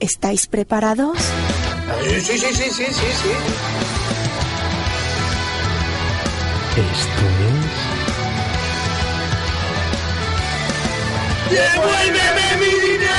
¿Estáis preparados? Sí, sí, sí, sí, sí, sí, sí. Esto es. ¡Devuélveme mi dinero!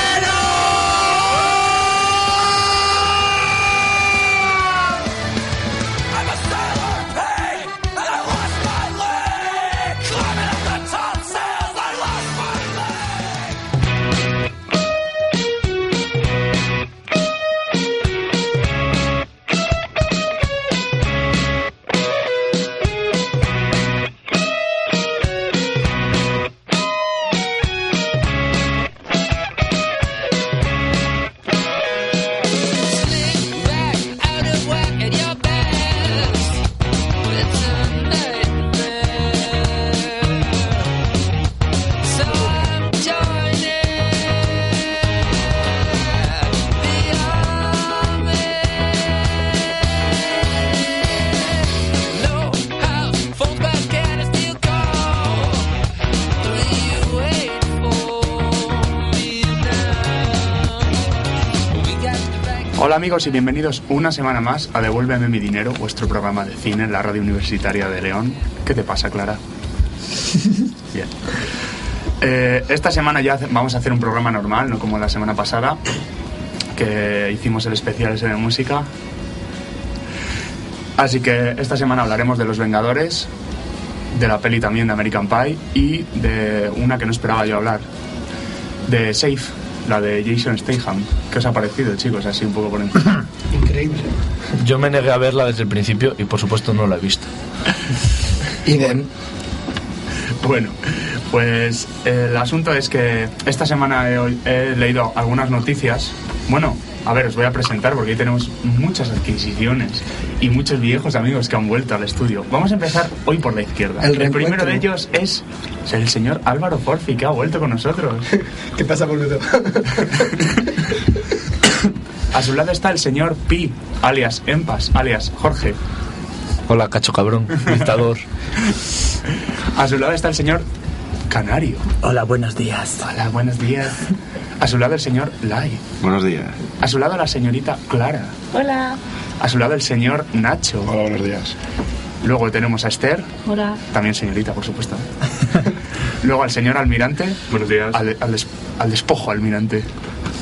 amigos y bienvenidos una semana más a Devuélveme mi dinero, vuestro programa de cine en la radio universitaria de León. ¿Qué te pasa, Clara? Bien. Eh, esta semana ya vamos a hacer un programa normal, no como la semana pasada, que hicimos el especial ese de música. Así que esta semana hablaremos de Los Vengadores, de la peli también de American Pie y de una que no esperaba yo hablar, de Safe, la de Jason Statham. ¿Qué os ha parecido, chicos? Así un poco por encima. Increíble. Yo me negué a verla desde el principio y por supuesto no la he visto. Idem. Bueno, pues eh, el asunto es que esta semana he, he, leído algunas noticias. Bueno, a ver, os voy a presentar porque hoy tenemos muchas adquisiciones y muchos viejos amigos que han vuelto al estudio. Vamos a empezar hoy por la izquierda. El, el primero de ellos es el señor Álvaro Porfi, que ha vuelto con nosotros. ¿Qué pasa, boludo? a su lado está el señor Pi, alias Empas, alias Jorge. Hola, cacho cabrón, dictador. A su lado está el señor Canario. Hola, buenos días. Hola, buenos días. A su lado el señor Lai. Buenos días. A su lado la señorita Clara. Hola. A su lado el señor Nacho. Hola, buenos días. Luego tenemos a Esther. Hola. También señorita, por supuesto. Luego al señor almirante. Buenos días. Al, al, des, al despojo almirante.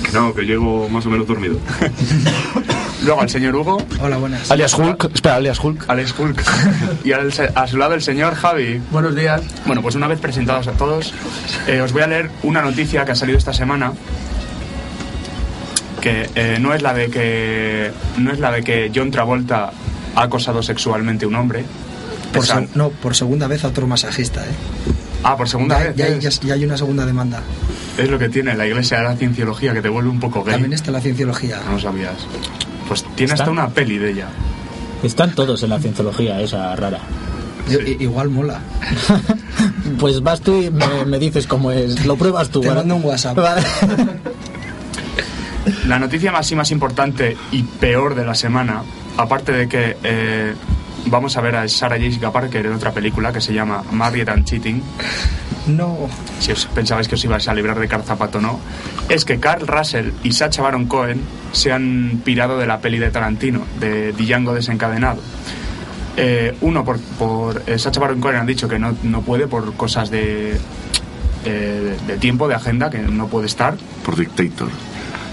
Que no, que llego más o menos dormido. Luego al señor Hugo. Hola, buenas. Alias Hulk. Espera, alias Hulk. Alias Hulk. Y al, a su lado el señor Javi. Buenos días. Bueno, pues una vez presentados a todos, eh, os voy a leer una noticia que ha salido esta semana que eh, no es la de que no es la de que John Travolta ha acosado sexualmente a un hombre. Por Esa... se, no, por segunda vez a otro masajista, ¿eh? Ah, por segunda ya, vez. Ya, ya, ya, hay una segunda demanda. Es lo que tiene la iglesia de la cienciología, que te vuelve un poco gay. También está la cienciología. No sabías. Pues tiene ¿Está? hasta una peli de ella. Están todos en la cienciología, esa rara. Yo, sí. Igual mola. pues vas tú y me, me, dices cómo es. Lo pruebas tú. Te ¿verdad? mando un WhatsApp. la noticia más y más importante y peor de la semana, aparte de que eh, vamos a ver a Sarah Jessica Parker en otra película que se llama Married and Cheating. No. Si os pensabais que os ibais a librar de Carzapato, no. Es que Carl Russell y Sacha Baron Cohen se han pirado de la peli de Tarantino, de Django desencadenado. Eh, uno, por, por eh, Sacha Baron Cohen han dicho que no, no puede por cosas de, eh, de tiempo, de agenda, que no puede estar. Por Dictator.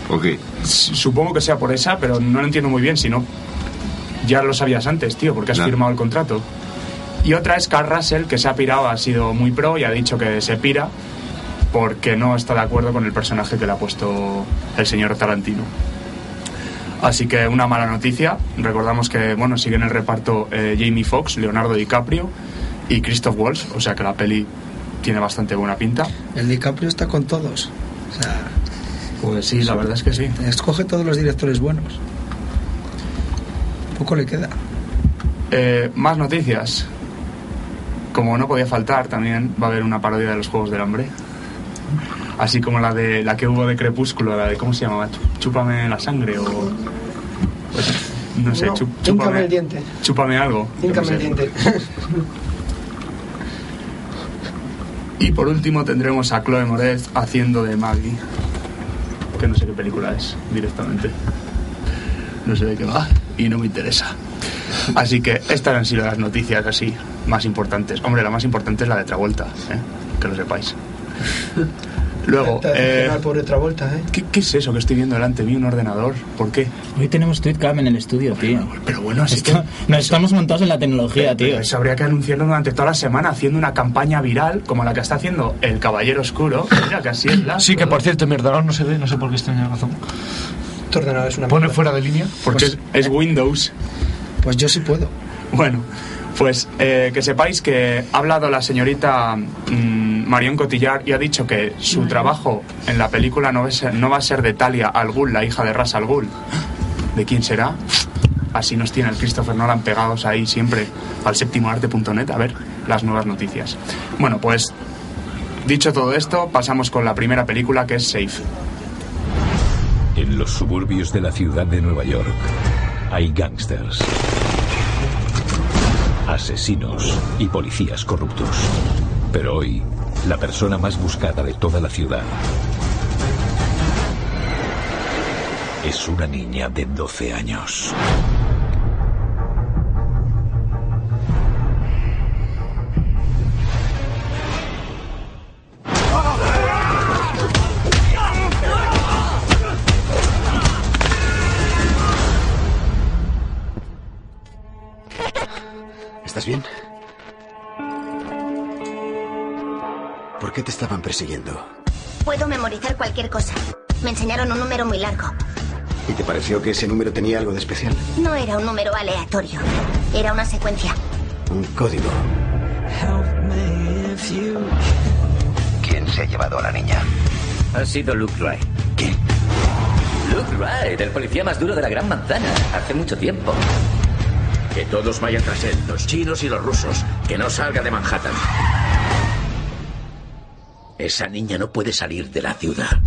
Ok. Supongo que sea por esa, pero no lo entiendo muy bien, si no ya lo sabías antes, tío, porque has no. firmado el contrato. Y otra es Carl Russell, que se ha pirado, ha sido muy pro y ha dicho que se pira porque no está de acuerdo con el personaje que le ha puesto el señor Tarantino. Así que una mala noticia. Recordamos que bueno sigue en el reparto eh, Jamie Foxx, Leonardo DiCaprio y Christoph Waltz. O sea que la peli tiene bastante buena pinta. El DiCaprio está con todos. O sea, Pues sí, la verdad es que sí. escoge todos los directores buenos. Poco le queda. Eh, más noticias. Como no podía faltar, también va a haber una parodia de los Juegos del Hambre. Así como la de la que hubo de Crepúsculo, la de cómo se llamaba, Chu- chúpame la sangre o pues, no sé, No, chu- híncame chúpame, el diente. chúpame algo. yo Híncame qué el sé. diente. Y por último tendremos a Chloe Moretz haciendo de Maggie, que no sé qué película es directamente. No sé de qué va y no me interesa. Así que estas han sido las noticias así más importantes. Hombre, la más importante es la de Travolta, ¿eh? que lo sepáis. Luego, Está eh, decepcionado el pobre Travolta, ¿eh? ¿qué, qué es eso que estoy viendo delante de mí? ¿Un ordenador? ¿Por qué? Hoy tenemos TweetCam en el estudio, tío. Pero bueno, así que... Esto- nos estamos montados en la tecnología, tío. Pero Eso habría que anunciarlo durante toda la semana haciendo una campaña viral como la que está haciendo el Caballero Oscuro. Mira, que así es la... Sí, que por cierto, mi ordenador no se ve, no sé por qué estoy en razón. Tu Este ordenador es una Pone mierda. fuera de línea. Porque es- es Windows. Pues yo sí puedo. Bueno, pues eh, que sepáis que ha hablado la señorita mm, Marion Cotillar y ha dicho que su trabajo en la película no, va a ser- no va a ser de Talia al Ghul, la hija de Ras al Ghul. ¿De quién será? Así nos tiene el Christopher Nolan pegados ahí siempre al séptimoarte.net a ver las nuevas noticias. Bueno, pues dicho todo esto, pasamos con la primera película que es Safe. En los suburbios de la ciudad de Nueva York hay gángsters, asesinos y policías corruptos. Pero hoy, la persona más buscada de toda la ciudad es una niña de 12 años. ¿Estás bien? ¿Por qué te estaban persiguiendo? Puedo memorizar cualquier cosa. Me enseñaron un número muy largo. ¿Y te pareció que ese número tenía algo de especial? No era un número aleatorio. Era una secuencia. Un código. ¿Quién se ha llevado a la niña? Ha sido Luke Wright. ¿Qué? Luke Wright, el policía más duro de la Gran Manzana, hace mucho tiempo. Que todos vayan tras él, los chinos y los rusos. Que no salga de Manhattan. Esa niña no puede salir de la ciudad.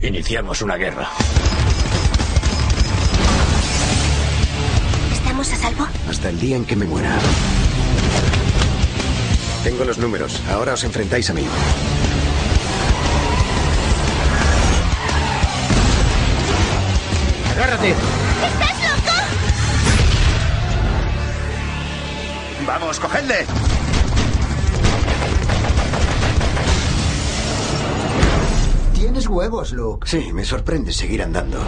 Iniciamos una guerra. ¿Estamos a salvo? Hasta el día en que me muera. Tengo los números. Ahora os enfrentáis a mí. ¡Agárrate! ¡Estás loco! ¡Vamos, cogedle! Tienes huevos, Luke. Sí, me sorprende seguir andando.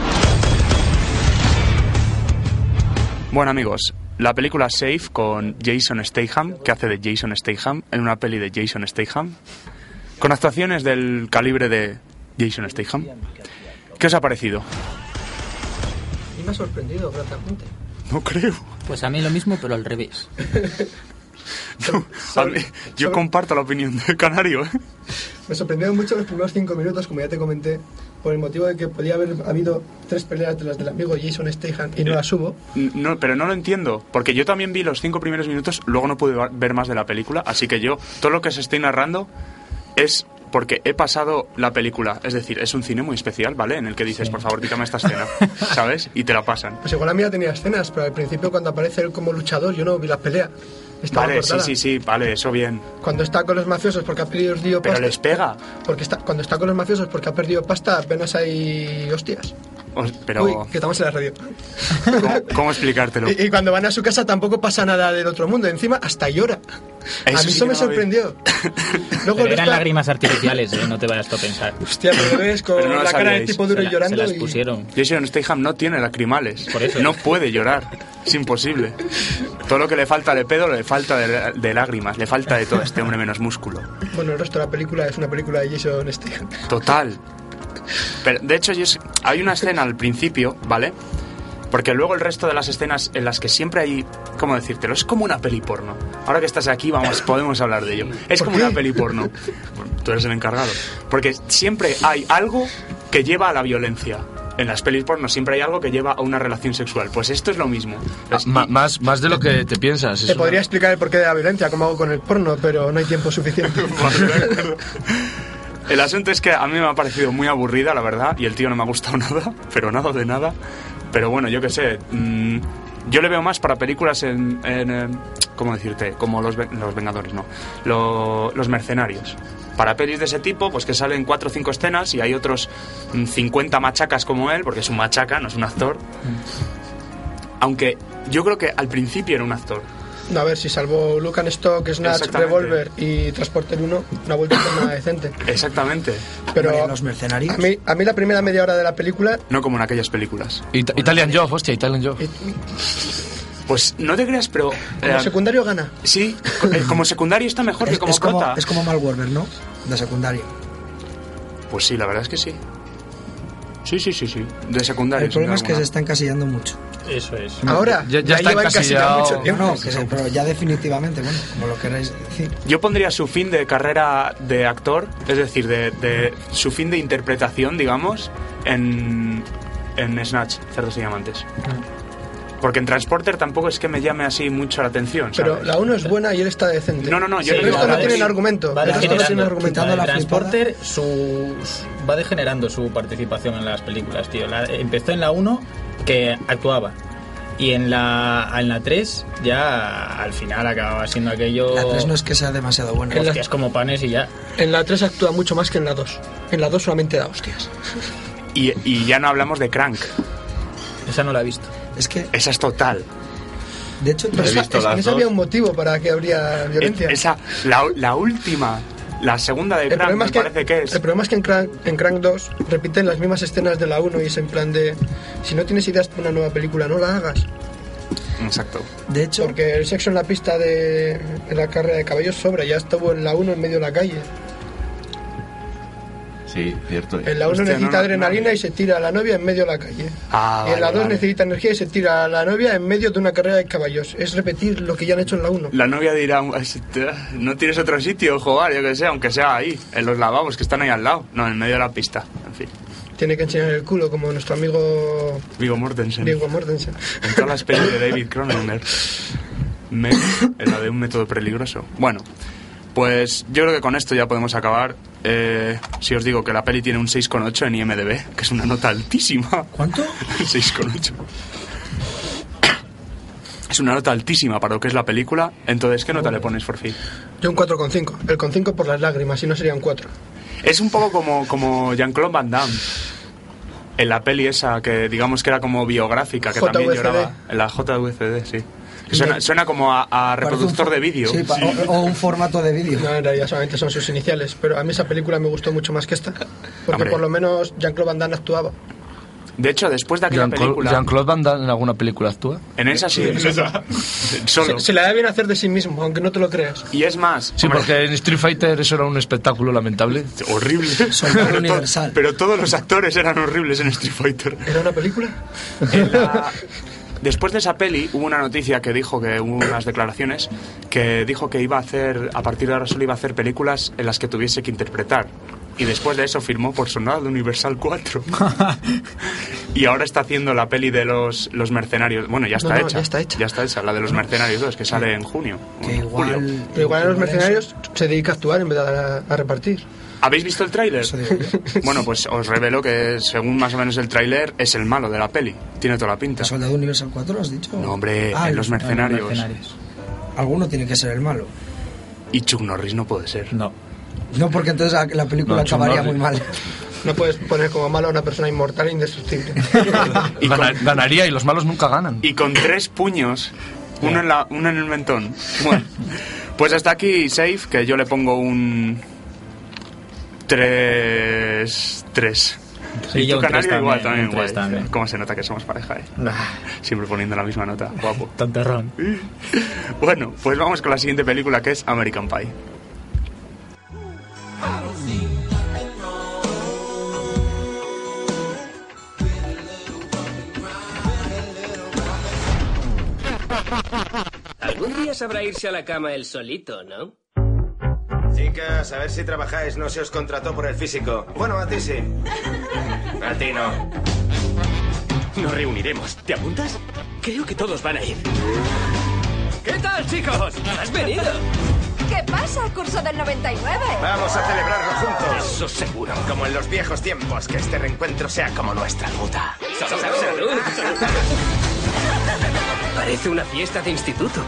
Bueno amigos, la película Safe con Jason Statham, que hace de Jason Statham, en una peli de Jason Statham, con actuaciones del calibre de Jason Statham. ¿Qué os ha parecido? Y me ha sorprendido, gratamente. No creo. Pues a mí lo mismo, pero al revés. A mí- yo comparto la opinión de Canario. ¿eh? Me sorprendió mucho los primeros cinco minutos, como ya te comenté, por el motivo de que podía haber habido tres peleas de las del amigo Jason Statham y no la sumo. No, pero no lo entiendo, porque yo también vi los cinco primeros minutos, luego no pude ver más de la película, así que yo, todo lo que se estoy narrando es porque he pasado la película, es decir, es un cine muy especial, ¿vale? En el que dices, por favor, dígame esta escena, ¿sabes? Y te la pasan. Pues igual a mí ya tenía escenas, pero al principio cuando aparece él como luchador yo no vi las peleas. Estaba Vale, sí, cortada. sí, sí, vale, eso bien. Cuando está con los mafiosos porque ha perdido Pero pasta. les pega. Porque está, cuando está con los mafiosos porque ha perdido pasta apenas hay hostias. Os- Pero, Uy, que estamos en la radio. ¿cómo, cómo explicártelo? Y, y cuando van a su casa tampoco pasa nada del otro mundo. Encima hasta llora. a mí eso me sorprendió. Luego Pero no eran está- lágrimas artificiales, ¿eh? no te vayas tú a pensar. Hostia, pero ves con Pero no lo la cara del sabíais. tipo duro y llorando. y- Jason Statham no tiene lacrimales. No puede llorar. Es imposible. Todo lo que le falta de pedo le falta de, de lágrimas. Le falta de todo este hombre menos músculo. Bueno, el resto de la película es una película de Jason Statham. Total. Pero, de hecho, yo es- hay una escena al principio, ¿vale? Porque luego el resto de las escenas en las que siempre hay, ¿cómo decírtelo? Es como una peli porno. Ahora que estás aquí, vamos, podemos hablar de ello. Es como una peli porno. Tú eres el encargado. Porque siempre hay algo que lleva a la violencia. En las pelis porno siempre hay algo que lleva a una relación sexual. Pues esto es lo mismo. Pues, Es- Ah, Ma- más, más de lo que te piensas. es Te una- podría explicar el porqué de la violencia, como hago con el porno, pero no hay tiempo suficiente. El asunto es que a mí me ha parecido muy aburrida, la verdad, y el tío no me ha gustado nada, pero nada de nada. Pero bueno, yo qué sé. mm, yo le veo más para películas en. en, eh, ¿Cómo decirte? Como los, Ven- los Vengadores, no. Lo- los Mercenarios. Para pelis de ese tipo, pues que salen cuatro o cinco escenas y hay otros mm, 50 machacas como él, porque es un machaca, no es un actor. Aunque yo creo que al principio era un actor. No, a ver, si salvo Lucan Stock, Snatch, Exactamente. Revolver y Transporter 1, no ha vuelto a hacer nada decente. Exactamente. Pero los mercenarios. a mí, a mí la primera media hora de la película No como en aquellas películas. Ita- Italian Job, hostia, Italian Job. Pues no te creas, pero. Como eh, secundario gana. Sí, co- eh, como secundario está mejor que Es, como es como, prota. es como Mal Warner, ¿no? De secundario. Pues sí, la verdad es que sí. Sí, sí, sí, sí. De secundario. El problema es sin que se duda está encasillando mucho. Eso es. Ahora, Ya- ya ya está lleva encasillado encasillado. mucho tiempo. No, no, que se- pero ya definitivamente, bueno, como lo queráis decir. alguna. Yo pondría su fin de carrera de actor, es decir, de, de su fin de interpretación, digamos, en, en Snatch, Cerdos y Diamantes. Porque en Transporter tampoco es que me llame así mucho la atención. ¿sabes? Pero la 1 es buena y él está decente. No, no, no, yo el no digo resto no nada. tienen Sí. argumento. Va El resto no tienen degenerando, argumento. el transporter su, su- va degenerando su participación en las películas, tío. La- empezó en la 1 que actuaba. Y en la, en la 3 ya al final acababa siendo aquello... La 3 no es que sea demasiado buena. Hostias como panes y ya. En la 3 actúa mucho más que en la 2. En la 2 solamente da hostias. Y, y ya no hablamos de Crank. Esa no la he visto. Es que. Esa es total. De hecho, He esa- visto es- las en esa dos. había un motivo para que habría violencia. Esa, la, la última, la segunda de El Crank, problema, me es que, parece que es. el problema es que en Crank, en Crank 2 repiten las mismas escenas de la 1 y es en plan de si no tienes ideas para una nueva película no la hagas Exacto. de hecho porque el sexo en la pista de, de la carrera de caballos sobra ya estuvo en la 1 en medio de la calle Sí, cierto. en la 1 Hostia, necesita no, no, adrenalina y se tira a la novia en medio de la calle Ah, y en la vale, 2 vale. necesita energía y se tira a la novia en medio de una carrera de caballos es repetir lo que ya han hecho en la 1 La novia dirá, no tienes otro sitio jugar, yo que sé, aunque sea ahí, en los lavabos que están ahí al lado, no, en medio de la pista, en fin. tiene que enseñar el culo como nuestro amigo Vigo Mortensen. Diego Mortensen En todas las pelis de David Cronenberg. Me- en la de un método peligroso. Bueno, pues yo creo que con esto ya podemos acabar. Eh, si os digo que la peli tiene un 6,8 en IMDB, que es una nota altísima. ¿Cuánto? 6,8. Es una nota altísima para lo que es la película. Entonces, ¿qué nota le pones, Forfi? yo un 4,5 el con 5 por las lágrimas si no serían 4 Es un poco como, como Jean-Claude Van Damme. En la peli esa, que digamos que era como biográfica, que también JVCD. lloraba. En la JVCD, sí. Que suena, suena como a, a reproductor de vídeo. Sí, pa- O, o un formato de vídeo. No, en realidad solamente son sus iniciales, pero a mí esa película me gustó mucho más que esta, porque Hombre. por lo menos Jean-Claude Van Damme actuaba. De hecho, después de aquella Jean-Claude película... Jean-Claude Van Damme en alguna película actúa. En esa sí. En esa. Solo. Se, se la da bien hacer de sí mismo, aunque no te lo creas. Y es más... Sí, porque en Street Fighter eso era un espectáculo lamentable. Horrible. Soldado Pero to- Universal. Pero todos los actores eran horribles en Street Fighter. ¿Era una película? Después de esa peli hubo una noticia que dijo que hubo unas declaraciones que dijo que iba a hacer a partir de ahora solo iba a hacer películas en las que tuviese que interpretar y después de eso firmó por Sonado Universal 4 y ahora está haciendo la peli de los, los mercenarios bueno ya No, está no, hecha ya está hecha la de los mercenarios 2 que sale en junio o en julio. Pero igual a los mercenarios se dedica a actuar en vez de a, a repartir. ¿Habéis visto el tráiler? Bueno, pues os revelo que según más o menos el tráiler es el malo de la peli. Tiene toda la pinta. ¿Soldado Universal 4 lo has dicho? No, hombre, Ah, en los no, mercenarios. Alguno tiene que ser el malo. Y Chuck Norris no puede ser. No. No, porque entonces la, la película No, Chuck acabaría Norris. muy mal. No puedes poner como malo a una persona inmortal e indestructible. Gana- ganaría y los malos nunca ganan. Y con tres puños, uno en, la, uno en el mentón. Bueno, Pues hasta aquí Safe, que yo le pongo un 3 3. Sí, yo un tres también, igual también, un tres guay. también. Cómo se nota que somos pareja, eh. Ah, Siempre poniendo la misma nota, guapo. Tontorrón. Bueno, pues vamos con la siguiente película que es American Pie. Algún día sabrá irse a la cama él solito, ¿no? Chicas, a ver si trabajáis. No se os contrató por el físico. Bueno, a ti sí. A ti no. Nos reuniremos. ¿Te apuntas? Creo que todos van a ir. ¿Qué tal, chicos? ¿Has venido? ¿Qué pasa, curso del 99? Vamos a celebrarlo juntos. Eso seguro. Como en los viejos tiempos, que este reencuentro sea como nuestra puta. Salud. Parece una fiesta de instituto.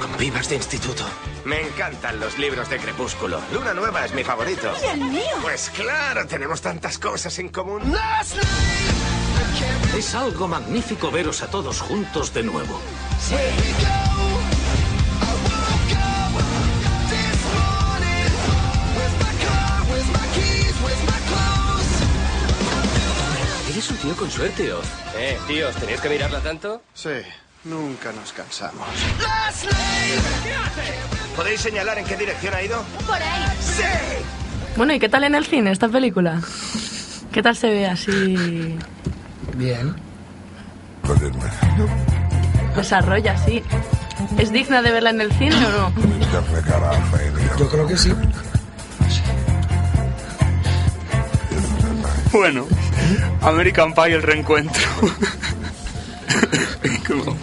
Con vivas de instituto. Me encantan los libros de Crepúsculo. Luna Nueva es mi favorito. Y el mío. Pues claro, tenemos tantas cosas en común. Es algo magnífico veros a todos juntos de nuevo. Eres un tío con suerte, Oz. Eh, tíos, ¿tenéis que mirarla tanto? Sí, nunca nos cansamos. ¿Podéis señalar en qué dirección ha ido? Por ahí. ¡Sí! Bueno, ¿y qué tal en el cine esta película? ¿Qué tal se ve así? Bien. Desarrolla, sí. ¿Es digna de verla en el cine o no? Yo creo que sí. Bueno, American Pie el reencuentro. Como-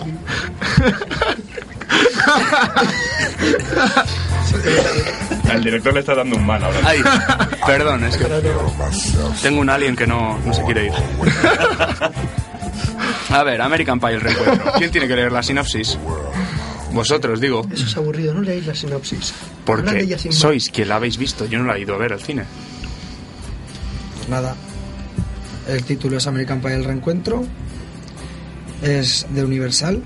Al director le está dando un mal ahora. Ay, perdón, es que tengo un alien que no, no se quiere ir. A ver, American Pie el reencuentro. ¿Quién tiene que leer la sinopsis? Vosotros, digo, Eso es aburrido, no leéis la sinopsis. Hablad de porque ella sin más. sois quien la habéis visto. Yo no la he ido a ver al cine. Pues nada. El título es American Pie el reencuentro. Es de Universal.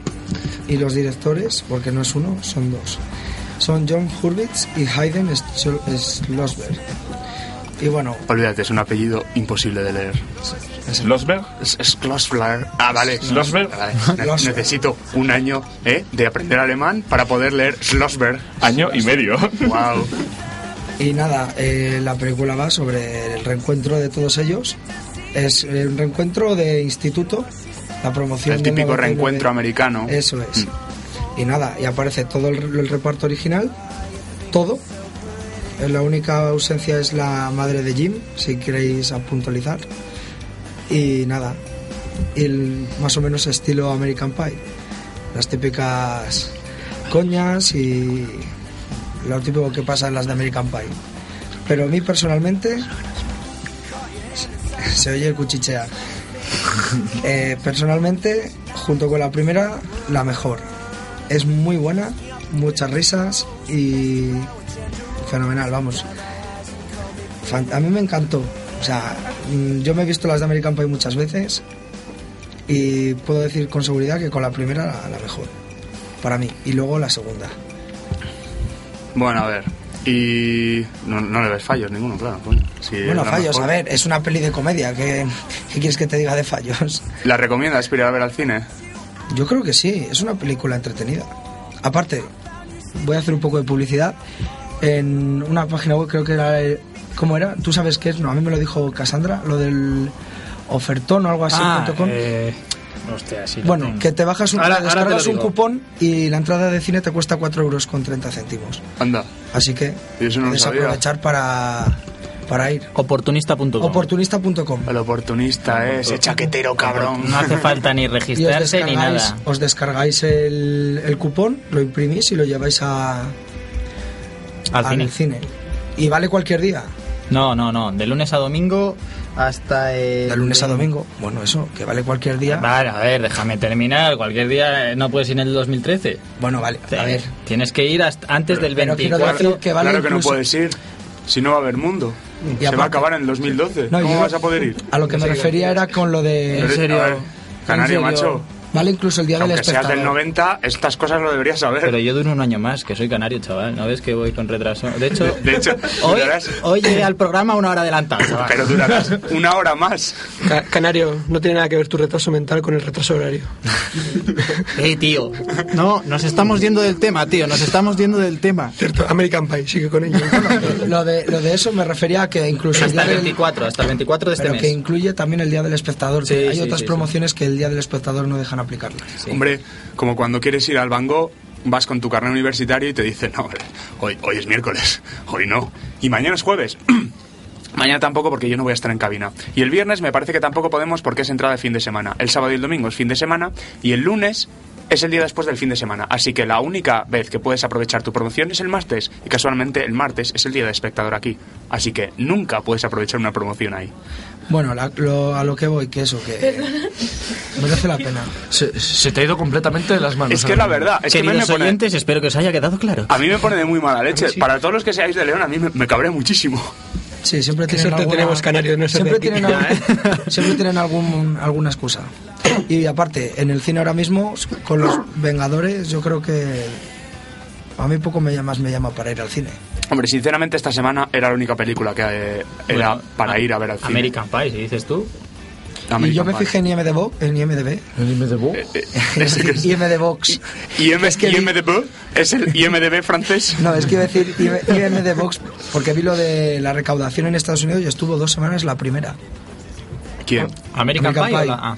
Y los directores, porque no es uno, son dos. Son John Hurwitz y Hayden Schlo- Schlossberg. Y bueno, Olvídate, es un apellido imposible de leer. ¿Losberg? Es, es Klossberg. Ah, vale. Schlossberg. Vale. Ne- Necesito un año ¿eh? de aprender alemán para poder leer Schlossberg. Año y medio. Wow. Y nada, eh, la película va sobre el reencuentro de todos ellos. Es eh, un reencuentro de instituto, la promoción. El del típico 99. reencuentro americano. Mm. Eso es. Y nada, y aparece todo el, el reparto original, todo. Eh, La única ausencia es la madre de Jim, si queréis apuntualizar. Y nada, y el, más o menos estilo American Pie. Las típicas coñas y lo típico que pasa en las de American Pie. Pero a mí personalmente se- se oye el cuchichea. Eh, personalmente, junto con la primera, la mejor. Es muy buena, muchas risas y fenomenal, vamos. Fan- A mí me encantó. O sea, mm, yo me he visto las de American Pie muchas veces y puedo decir con seguridad que con la primera la, la mejor. Para mí. Y luego la segunda. Bueno, a ver. Y no, no le ves fallos ninguno, claro. coño. Si es bueno, la fallos, mejor. a ver, es una peli de comedia. ¿qué, ¿Qué quieres que te diga de fallos? ¿La recomiendas para ir a ver al cine? Yo creo que sí, es una película entretenida. Aparte, voy a hacer un poco de publicidad. En una página web creo que era... eh, ¿Cómo era? ¿Tú sabes qué es? No, a mí me lo dijo Cassandra, lo del ofertón o algo así. Ah, punto com. eh, hostia, sí. lo bueno, tengo. que te bajas un, Ahora- te ahora te lo descargas un digo. cupón y la entrada de cine te cuesta 4 euros con 30 céntimos. Anda. Así que Yo eso no lo puedes sabía. aprovechar para, para ir. Oportunista.com. Oportunista.com. El oportunista es ese chaquetero cabrón. No hace falta ni Y os registrarse ni descargáis, nada. os descargáis el, el cupón, lo imprimís y lo lleváis a, Al cine. Y vale cualquier día. No, no, no. De lunes a domingo hasta el... De Mm. lunes a domingo. Bueno, eso, que vale cualquier día. Vale, a ver, déjame terminar. Cualquier día eh, no puedes ir en el 2013. Bueno, vale, a ver. Tienes que ir hasta antes del 24. claro que no puedes ir. Si no va a haber mundo. Y Se va aparte- a acabar en 2012. No, ¿Cómo yo- vas a poder ir? A lo que me refería era con lo de. Pero, a ver, Canario, macho. Vale incluso el día del Aunque seas espectador. del 90, estas cosas lo deberías saber. Pero yo duro un año más, que soy canario, chaval. ¿No ves que voy con retraso? De hecho, De hecho, hoy, durarás- hoy llegué al programa una hora adelantada, chaval. Pero durarás una hora más. Ca- Canario, no tiene nada que ver tu retraso mental con el retraso horario. Eh, tío. No, nos estamos yendo del tema, tío. Nos estamos yendo del tema. Cierto, American Pie, sigue con ello. Lo de, lo de eso me refería a que incluso el Hasta día el del- 24, hasta el 24 de este pero mes. que incluye también el día del espectador. que Sí, hay sí, otras sí, sí. promociones que el día del espectador no dejan aplicarlas. Hombre, como cuando quieres ir al banco, vas con tu carnet universitario y te dicen, no, vale, hoy, hoy es miércoles, hoy no. Y mañana es jueves. mañana tampoco porque yo no voy a estar en cabina. Y el viernes me parece que tampoco podemos porque es entrada de fin de semana. El sábado y el domingo es fin de semana y el lunes... Es el día después del fin de semana, así que la única vez que puedes aprovechar tu promoción es el martes, y casualmente el martes es el día de espectador aquí, así que nunca puedes aprovechar una promoción ahí. Bueno, la- lo- a lo que voy, que eso, que merece la pena. Se, se te ha ido completamente de las manos. Es que la verdad, es que me- Queridos me pone- oyentes, espero que os haya quedado claro. A mí me pone de muy mala leche, para todos los que seáis de León, a mí me, me cabrea muchísimo. Sí, siempre Qué tienen suerte alguna- tenemos, Canarios, no ser siempre de aquí. tienen, ¿eh? al- siempre tienen algún, alguna excusa. Y aparte, en el cine ahora mismo, con los Vengadores, yo creo que a mí poco me llamas me llama para ir al cine. Hombre, sinceramente esta semana era la única película que eh, era Bueno, para a- ir a ver al cine. American Pie, si dices tú. y yo me fijé en IMDB, en IMDb. ¿En IMDB? IMDb Box. IM, IMDB es el IMDB francés. No, es que iba a decir IMDb Box porque vi lo de la recaudación en Estados Unidos y estuvo dos semanas la primera. Eh, ¿Quién? Ah, American American Pie o Pie. ah. la-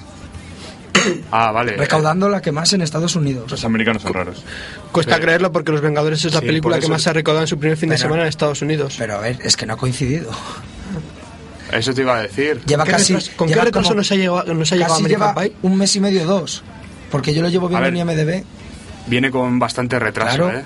vale. Recaudando la que más en Estados Unidos. Los americanos son raros. Cuesta Sí. creerlo porque Los Vengadores es la Sí, película por que eso- más se ha recaudado en su primer fin de Pero- semana en Estados Unidos. Pero a ver, es que no ha coincidido. Eso te iba a decir. Lleva ¿Qué casi. retraso- ¿Con lleva qué retraso como- nos ha llegado, nos ha llegado casi American lleva Pie? un mes y medio, dos. Porque yo lo llevo viendo ver, en IMDb. Viene con bastante retraso, Claro. ¿eh?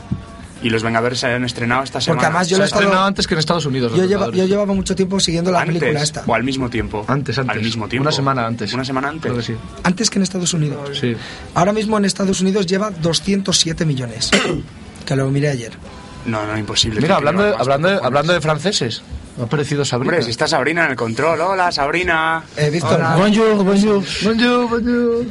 Y los Vengadores se han estrenado esta semana. Porque además yo lo he Se han estado- estrenado antes que en Estados Unidos. Yo, lleva- yo llevaba mucho tiempo siguiendo la película antes, esta. o al mismo tiempo. Antes, antes. Al mismo tiempo. Una semana antes. Una semana antes. Antes que en Estados Unidos. Sí. Ahora mismo en Estados Unidos lleva 207 millones. que lo miré ayer. No, no, imposible. Mira, Tiene que hablando de, llevar más. hablando, de, hablando de franceses, me ha parecido Sabrina. Hombre, si está Sabrina en el control. Hola, Sabrina. He visto Hola. Bonjour, bonjour. Bonjour, bonjour.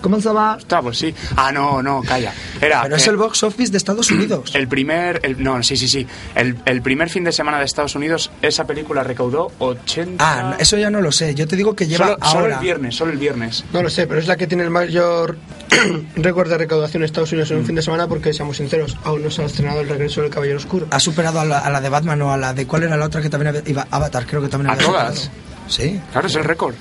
¿Cómo se va? Está, pues sí. Ah, no, no, calla. Ah, Era, Pero es eh, el box office de Estados Unidos. El primer. el- no, sí, sí, sí. El, el primer fin de semana de Estados Unidos, esa película recaudó 80. Ah, no, eso ya no lo sé. Yo te digo que lleva solo, solo el ahora. viernes, solo el viernes. No lo sé, pero es la que tiene el mayor récord de recaudación en Estados Unidos en un fin de semana porque, seamos sinceros, aún no se ha estrenado el regreso del Caballero Oscuro. Ha superado a la, a la de Batman o a la de cuál era la otra que también había- iba Avatar, creo que también A había todas. superado. Sí. Claro, es el récord.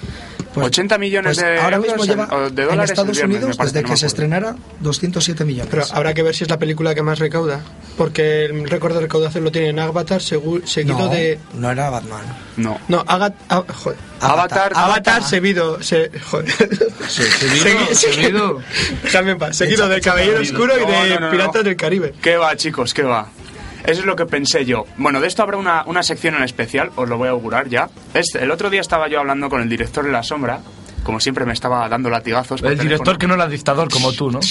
80 millones Pues de, ahora euros mismo en- lleva o de dólares en el Estados viernes, me Unidos parece, desde no que me se acuerdo. estrenara 207 millones. Pero habrá que ver si es la película que más recauda, porque el récord de recaudación lo tiene en Avatar, segu- seguido no, de... no era Batman. No. No, Agat- ah, joder. Avatar. Avatar, seguido... Se, joder. Segui- seguido. Déjame en paz. Seguido del Caballero Oscuro y de Piratas del Caribe. ¿Qué va, chicos? ¿Qué va? Eso es lo que pensé yo. Bueno, de esto habrá una, una sección en especial, os lo voy a augurar ya. Es- el otro día estaba yo hablando con el director de La Sombra, como siempre me estaba dando latigazos. por El director teléfono. que no era dictador como tú, ¿no?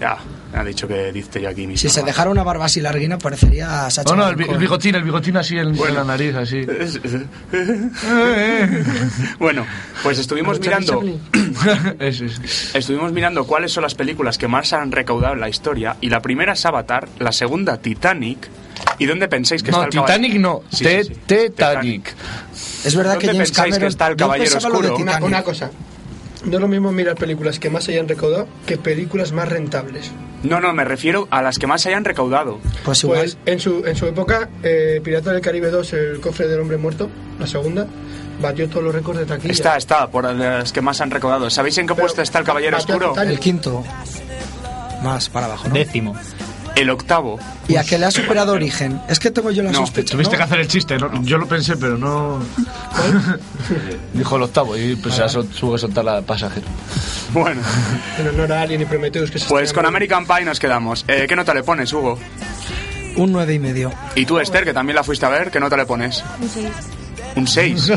Ya, me ha dicho que diste yo aquí mis Si se mamadas. dejara una barba así larguina parecería a Sacha No, no, el, bi- Baron el bigotín, el bigotín así en, en la nariz, así. Eh, bueno, pues estuvimos Pero Charlie mirando. Estuvimos mirando cuáles son las películas que más han recaudado en la historia. Y la primera es Avatar, la segunda Titanic. ¿Y dónde pensáis que No, está el caball- Titanic no. Sí, Te- sí, sí. Titanic. Es verdad ¿Dónde que James pensáis Cameron que está el yo Caballero pensaba lo de Oscuro? Una, Titanic. una cosa. No es lo mismo mirar películas que más se hayan recaudado que películas más rentables. No, no, me refiero a las que más hayan recaudado. Pues Pues en su, en su época, eh, Pirata del Caribe 2, el cofre del hombre muerto, la segunda, batió todos los récords de taquilla. Está, está, por las que más han recaudado. ¿Sabéis en qué puesto está el Caballero Mateo Oscuro? Titanic. El quinto. Más para abajo, ¿no? Décimo. El octavo. Y a que le ha superado Origen. Es que tengo yo la sospecha. Tuviste ¿no? que hacer el chiste, ¿no? Yo lo pensé, pero no. Dijo el octavo y pues se ha sol- tuvo que soltar la pasajero. Bueno, En honor a Alien y Prometheus, que se pues con estrenan- American Pie nos quedamos. Eh, ¿Qué nota le pones, Hugo? Un nueve y medio. Y tú, Esther, que también la fuiste a ver, ¿qué nota le pones? Un seis. Un 6.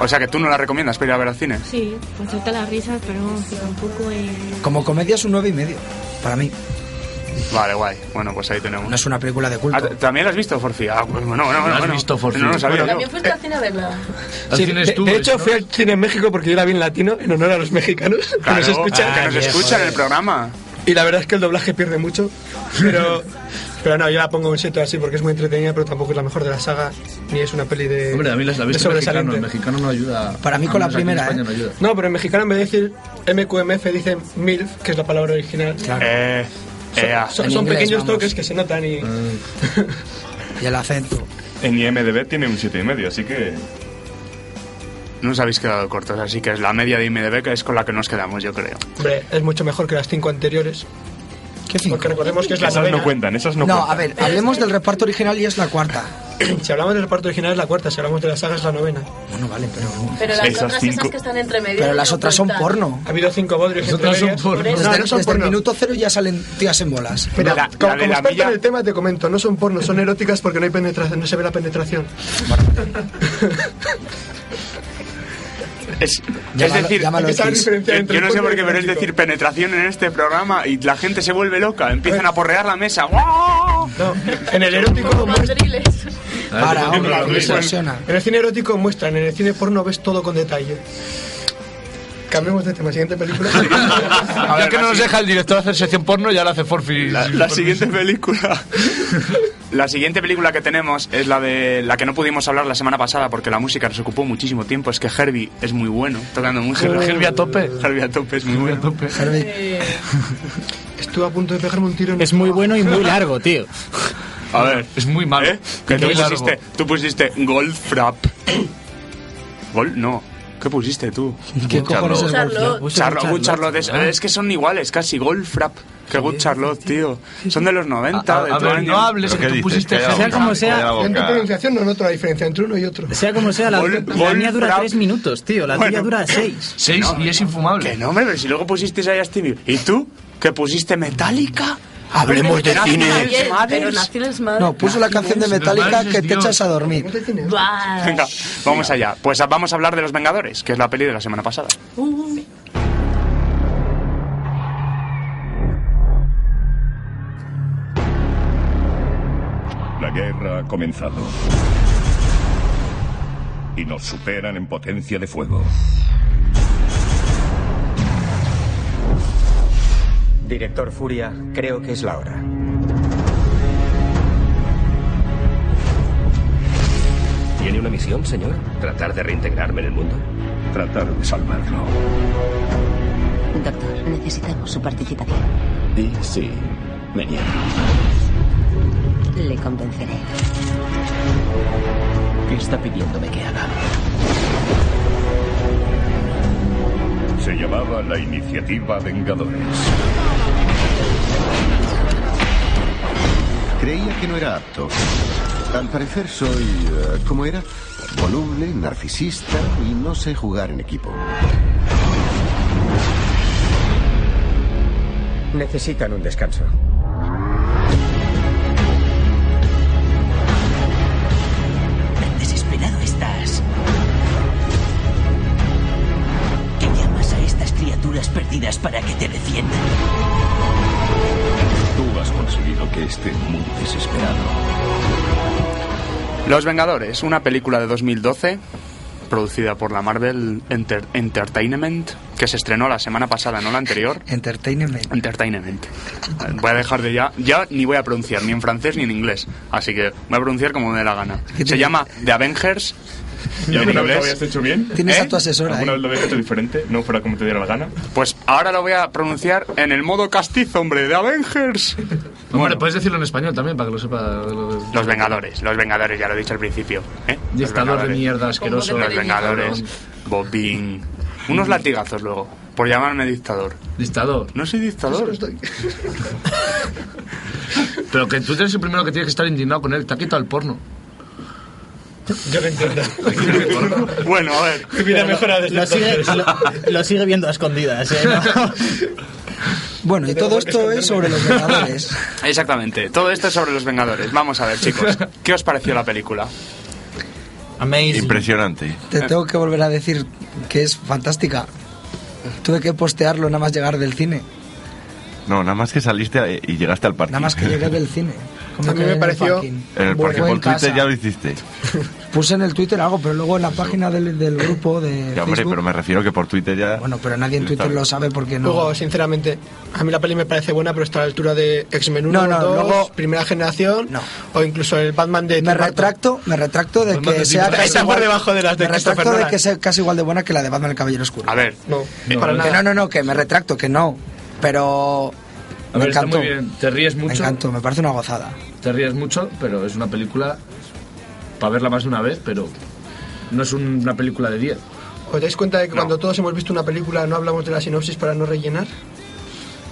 O sea que tú no la recomiendas para ir a ver al cine. Sí, con cierta las risas, pero vamos, que tampoco es... Como comedia es un nueve y medio. Para mí. Vale, guay. Bueno, pues ahí tenemos. No es una película de Ah, culto. ¿También la has visto, Forfi? Ah, bueno, bueno, bueno. has bueno. visto, Forfi? No lo sabía yo. También fuiste al cine a verla. Sí, de, de hecho, fui al cine en México porque yo la vi en latino en honor a los mexicanos Claro, Ah, que nos escuchan. que nos escuchan en el programa. Y la verdad es que el doblaje pierde mucho, pero, pero no, yo la pongo en 7 así porque es muy entretenida, pero tampoco es la mejor de la saga, ni es una peli de. Hombre, a mí las la de vista mexicano, sobresaliente. el mexicano no ayuda. Para mí con la Al menos aquí en primera, España ¿eh? no ayuda. No, pero en mexicano en vez de decir MQMF dicen MILF, que es la palabra original. Eh, Son- ea. son son pequeños toques que se notan y. Y el acento. En IMDB tiene un 7,5, así que. No os habéis quedado cortos, así que es la media de IMDB que es con la que nos quedamos, yo creo. Hombre, es mucho mejor que las cinco anteriores. Porque recordemos que es la Esas novena. no cuentan, esas no, No, cuentan. a ver, Hablemos del reparto original y es la cuarta. si hablamos del reparto original es la cuarta, si hablamos de la saga es la novena. Bueno, vale, pero. Pero las otras esas que están entre medio. Pero las otras son porno. Ha habido cinco bodrios. Desde, entre medias. desde, No, no son desde el porno. minuto cero ya salen tías en bolas. Mira, como, como experto en el tema te comento, no son porno, son eróticas porque no hay penetración, no se ve la penetración. Es, Llámalo- es decir, llámalo yo- X. yo, no sé por qué, pero es Erótico. decir penetración en este programa y la gente se vuelve loca, Eh. empiezan a porrear la mesa. ¡Guau! En el erótico lo muestran. Para, hombre, En el- lo que se obsesiona. En el cine erótico muestran, en el cine porno ves todo con detalle. Cambiemos de tema, siguiente película. A ver, que no nos deja el director hacer sección porno, ya la hace Forfi. La, la siguiente película. La siguiente película que tenemos es la de la que no pudimos hablar la semana pasada porque la música nos ocupó muchísimo tiempo. Es que Herbie es muy bueno, tocando muy Herbie- Herbie a tope. Herbie a tope es muy bueno. Estuve a punto de pegarme un tiro en Es muy bueno y muy largo, tío. A ver, es muy malo. Que tú Muy largo. pusiste, tú pusiste Goldfrapp. Gol, no. ¿Qué pusiste tú? ¿Qué cojones es Charlotte. Goldfrapp? Charlotte. Puse Good Charlotte. Charlotte, Es, ¿eh? ¿verdad? es que son iguales, casi Goldfrapp. Que Good Charlotte, tío. Son de los 90. A- a- de a tu ver, año. no hables, ¿Pero que qué tú dices? pusiste Calla la Sea como sea, Yo en tu pronunciación no noto la diferencia entre uno y otro. sea como sea, la, Vol- la mía dura Wolfram. tres minutos, tío. La tuya Bueno. dura seis. Seis y es infumable. Que no, hombre, pero si luego pusisteis ahí a Stevie. ¿Y tú? ¿Que pusiste Metallica? Hablemos de Nazi cine. Nails Ayer, Matters. Pero Naciones Madre. No, puso la canción de Metallica que te echas a dormir. Venga, vamos allá. Pues a- vamos a hablar de Los Vengadores, que es la peli de la semana pasada. La guerra ha comenzado. Y nos superan en potencia de fuego. Director Furia, creo que es la hora. ¿Tiene una misión, señor? ¿Tratar de reintegrarme en el mundo? Tratar de salvarlo. Doctor, necesitamos su participación. Y sí, me niego. Le convenceré. ¿Qué está pidiéndome que haga? Se llamaba la Iniciativa Vengadores. Creía que no era apto. Al parecer soy, eh, ¿cómo era? Voluble, narcisista y no sé jugar en equipo. Necesitan un descanso. Tan desesperado estás. Que llamas a estas criaturas perdidas para que te defiendan. Tú has conseguido que esté muy desesperado. Los Vengadores, una película de 2012 producida por la Marvel Enter- Entertainment, que se estrenó la semana pasada, no la anterior. Entertainment. Entertainment. Voy a dejar de ya, ya ni voy a pronunciar ni en francés ni en inglés, así que voy a pronunciar como me dé la gana. Se llama The Avengers. ¿Y en alguna vez lo inglés. habías hecho bien? Tienes a tu asesora, ¿Alguna vez lo habías hecho diferente? ¿No fuera como te diera la gana? Pues ahora lo voy a pronunciar en el modo castizo, hombre, de Avengers. Hombre, puedes decirlo en español también para que lo sepa. Los Vengadores, los Vengadores, ya lo he dicho al principio. ¿eh? Los Dictador de Vengadores. mierda asqueroso. Los Vengadores, Bobín. Unos latigazos luego, por llamarme dictador. Dictador. No soy dictador. Pero que tú eres el primero que tienes que estar indignado con él. Te ha quitado el porno. Yo lo entiendo. Bueno, a ver. Pero lo, lo sigue, lo- lo sigue viendo a escondidas, ¿eh? ¿No? Bueno, y todo esto es sobre los Vengadores. Exactamente, todo esto es sobre los Vengadores. Vamos a ver, chicos, ¿qué os pareció la película? Impresionante. Te Ah. tengo que volver a decir que es fantástica. Tuve que postearlo nada más llegar del cine. No, nada más que saliste eh, y llegaste al parque. Nada más que llegué del cine. Como A mí que me en el pareció- parking. En el parque Fue por Twitter casa. ya lo hiciste. Puse en el Twitter algo, pero luego en la página del, del grupo de Ya, hombre, Facebook- pero me refiero que por Twitter ya. Bueno, pero nadie en Twitter lo sabe porque no. Luego, sinceramente, a mí la peli me parece buena, pero está a la altura de X-Men 1, No, no, 2, luego- primera generación, o incluso el Batman de... me retracto, me retracto de Batman que de sea Tim Burton. Está por debajo de las de me retracto Christopher de Nolan. que sea casi igual de buena que la de Batman el Caballero Oscuro. A ver, no, Que no, para No, nada. no, no, que me retracto, que no. Pero A me ver, está encantó. muy bien. Te ríes Me mucho. encantó, me parece una gozada. Te ríes mucho, pero es una película para verla más de una vez, pero no es un- una película de 10. ¿Os dais cuenta de que cuando todos hemos visto una película no hablamos de la sinopsis para no rellenar?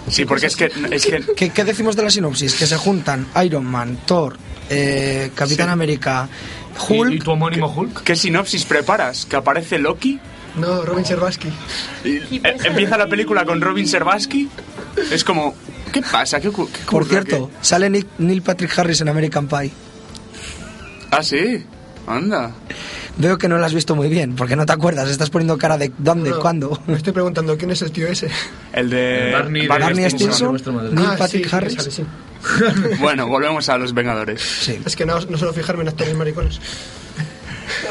Sí, porque es que. Es que ¿Qué, qué decimos de la sinopsis? Que se juntan Iron Man, Thor, eh, Capitán América, Hulk. tu homónimo Hulk? ¿Qué sinopsis preparas? ¿Que aparece Loki? No, Robin Serbaski. Y- eh, empieza la película con Robin Serbaski. Es como, ¿qué pasa? ¿Qué, ocu- qué Por ocurre? cierto, sale Nick- Neil Patrick Harris en American Pie. ¿Qué- Ah, sí. Anda. Veo que no lo has visto muy bien, porque no te acuerdas, estás poniendo cara de dónde, No, cuándo. Me estoy preguntando, ¿quién es el tío ese? El de. Barney Stinson, Neil Ah, sí, Patrick sí, Harris. sale, sí. Bueno, volvemos a los Vengadores. Es que no, no suelo fijarme en actores maricones.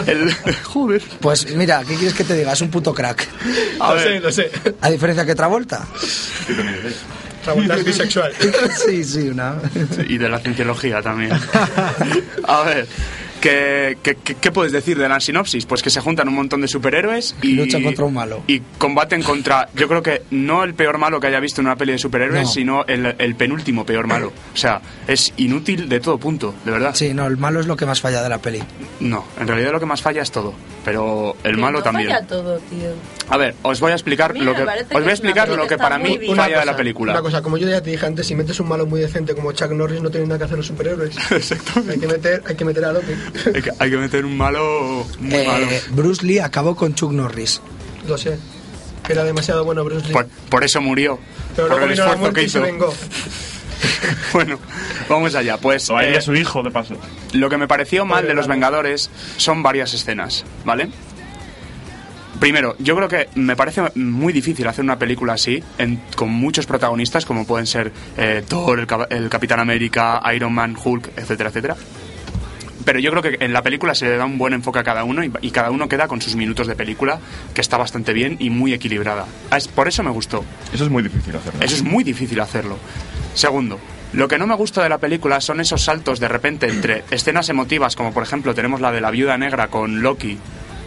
El... Joder. Pues mira, ¿qué quieres que te diga? Es un puto crack. A ver, lo sé. A diferencia que Travolta. Travolta es bisexual. sí, sí, una. Y de la cienciología también. A ver. ¿Qué, qué, qué- qué puedes decir de la sinopsis? Pues que se juntan un montón de superhéroes y Lucha contra un malo. Y combaten contra, yo creo que no el peor malo que haya visto en una peli de superhéroes, No. sino el, el penúltimo peor malo. O sea, es inútil de todo punto, de verdad. Sí, no, el malo es lo que más falla de la peli. No, en realidad lo que más falla es todo, pero el malo no también. Falla todo, tío. A ver, os voy a explicar Mira, lo que me parece os que voy a es una explicar peli lo que que está para muy mí bien. falla de la película. Una cosa, como yo ya te dije antes, si metes un malo muy decente como Chuck Norris, no tienen nada que hacer los superhéroes. Exactamente. Hay que meter, hay que meter a Loki. Hay que, hay que meter un malo muy Eh, malo. Bruce Lee acabó con Chuck Norris. Lo sé. Era demasiado bueno Bruce Lee. Por, por eso murió. Pero por luego el vino la esfuerzo muerte que y se hizo. vengó. Bueno, vamos allá. Pues Todavía eh, su hijo, de paso. lo que me pareció mal de los Vengadores son varias escenas, ¿vale? Primero, yo creo que me parece muy difícil hacer una película así, en- con muchos protagonistas, como pueden ser eh, Thor, el, Cap- el Capitán América, Iron Man, Hulk, etcétera, etcétera. Pero yo creo que en la película se le da un buen enfoque a cada uno y, y cada uno queda con sus minutos de película, que está bastante bien y muy equilibrada. Ah, Es- por eso me gustó. Eso es muy difícil hacerlo. Eso es muy difícil hacerlo. Segundo, lo que no me gusta de la película son esos saltos de repente entre escenas emotivas, como por ejemplo tenemos la de la viuda negra con Loki,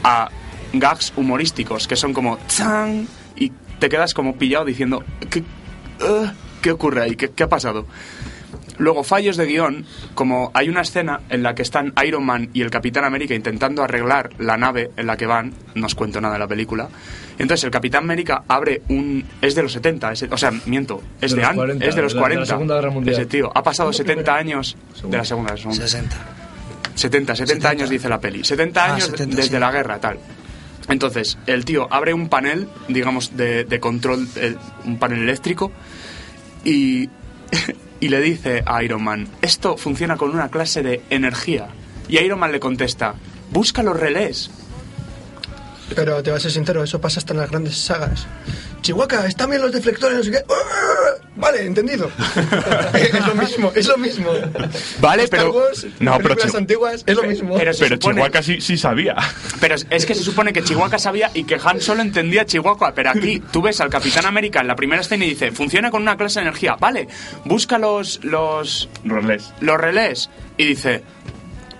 a gags humorísticos que son como ¡Chan! y te quedas como pillado diciendo ¿qué, eh, ¿qué ocurre ahí? ¿Qué, qué ha pasado? Luego, fallos de guión, como hay una escena en la que están Iron Man y el Capitán América intentando arreglar la nave en la que van, no os cuento nada de la película. Entonces, el Capitán América abre un. Es de los 70, es- o sea, miento, es De de, los an- 40, es de los de la- de la 40. Segunda Guerra Mundial. Ese tío ha pasado 70 años de la Segunda Guerra Mundial. 60. 70, 70, años dice la peli. 70 Ah, años 70, desde sí. la guerra, tal. Entonces, el tío abre un panel, digamos, de, de control, eh, un panel eléctrico, y, y le dice a Iron Man, esto funciona con una clase de energía. Y Iron Man le contesta, busca los relés. Pero te voy a ser sincero, eso pasa hasta en las grandes sagas. Chihuahua, están bien los deflectores, no sé qué. ¡Uah! Vale, entendido. es lo mismo, es lo mismo. Vale, Star pero- Wars, No, pero películas Chihu- antiguas, es lo mismo. pero se Pero supone- Chihuahua sí, sí sabía. Pero es, es que se supone que Chihuahua sabía y que Han solo entendía Chihuahua. Pero aquí tú ves al Capitán América en la primera escena y dice, funciona con una clase de energía. Vale, busca los, los, Rolés. los relés y dice,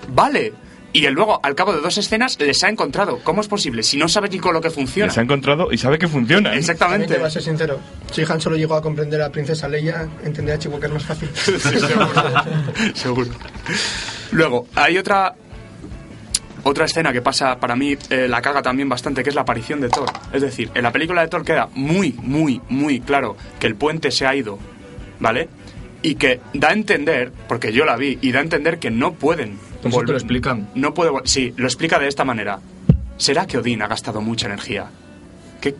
vale. Y él luego, al cabo de dos escenas, les ha encontrado. ¿Cómo es posible? Si no sabes ni con lo que funciona. Les ha encontrado y sabe que funciona. ¿eh? También te Exactamente. voy a ser sincero. Si Han solo llegó a comprender a Princesa Leia, entender a Chihuahua es más fácil. Seguro. Luego, hay otra otra escena que pasa para mí eh, la caga también bastante, que es la aparición de Thor. Es decir, en la película de Thor queda muy, muy, muy claro que el puente se ha ido, ¿vale? Y que da a entender, porque yo la vi, y da a entender que no pueden Eso te lo volver. explican. No puede vol- Sí, lo explica de esta manera. ¿Será que Odín ha gastado mucha energía? ¿Qué?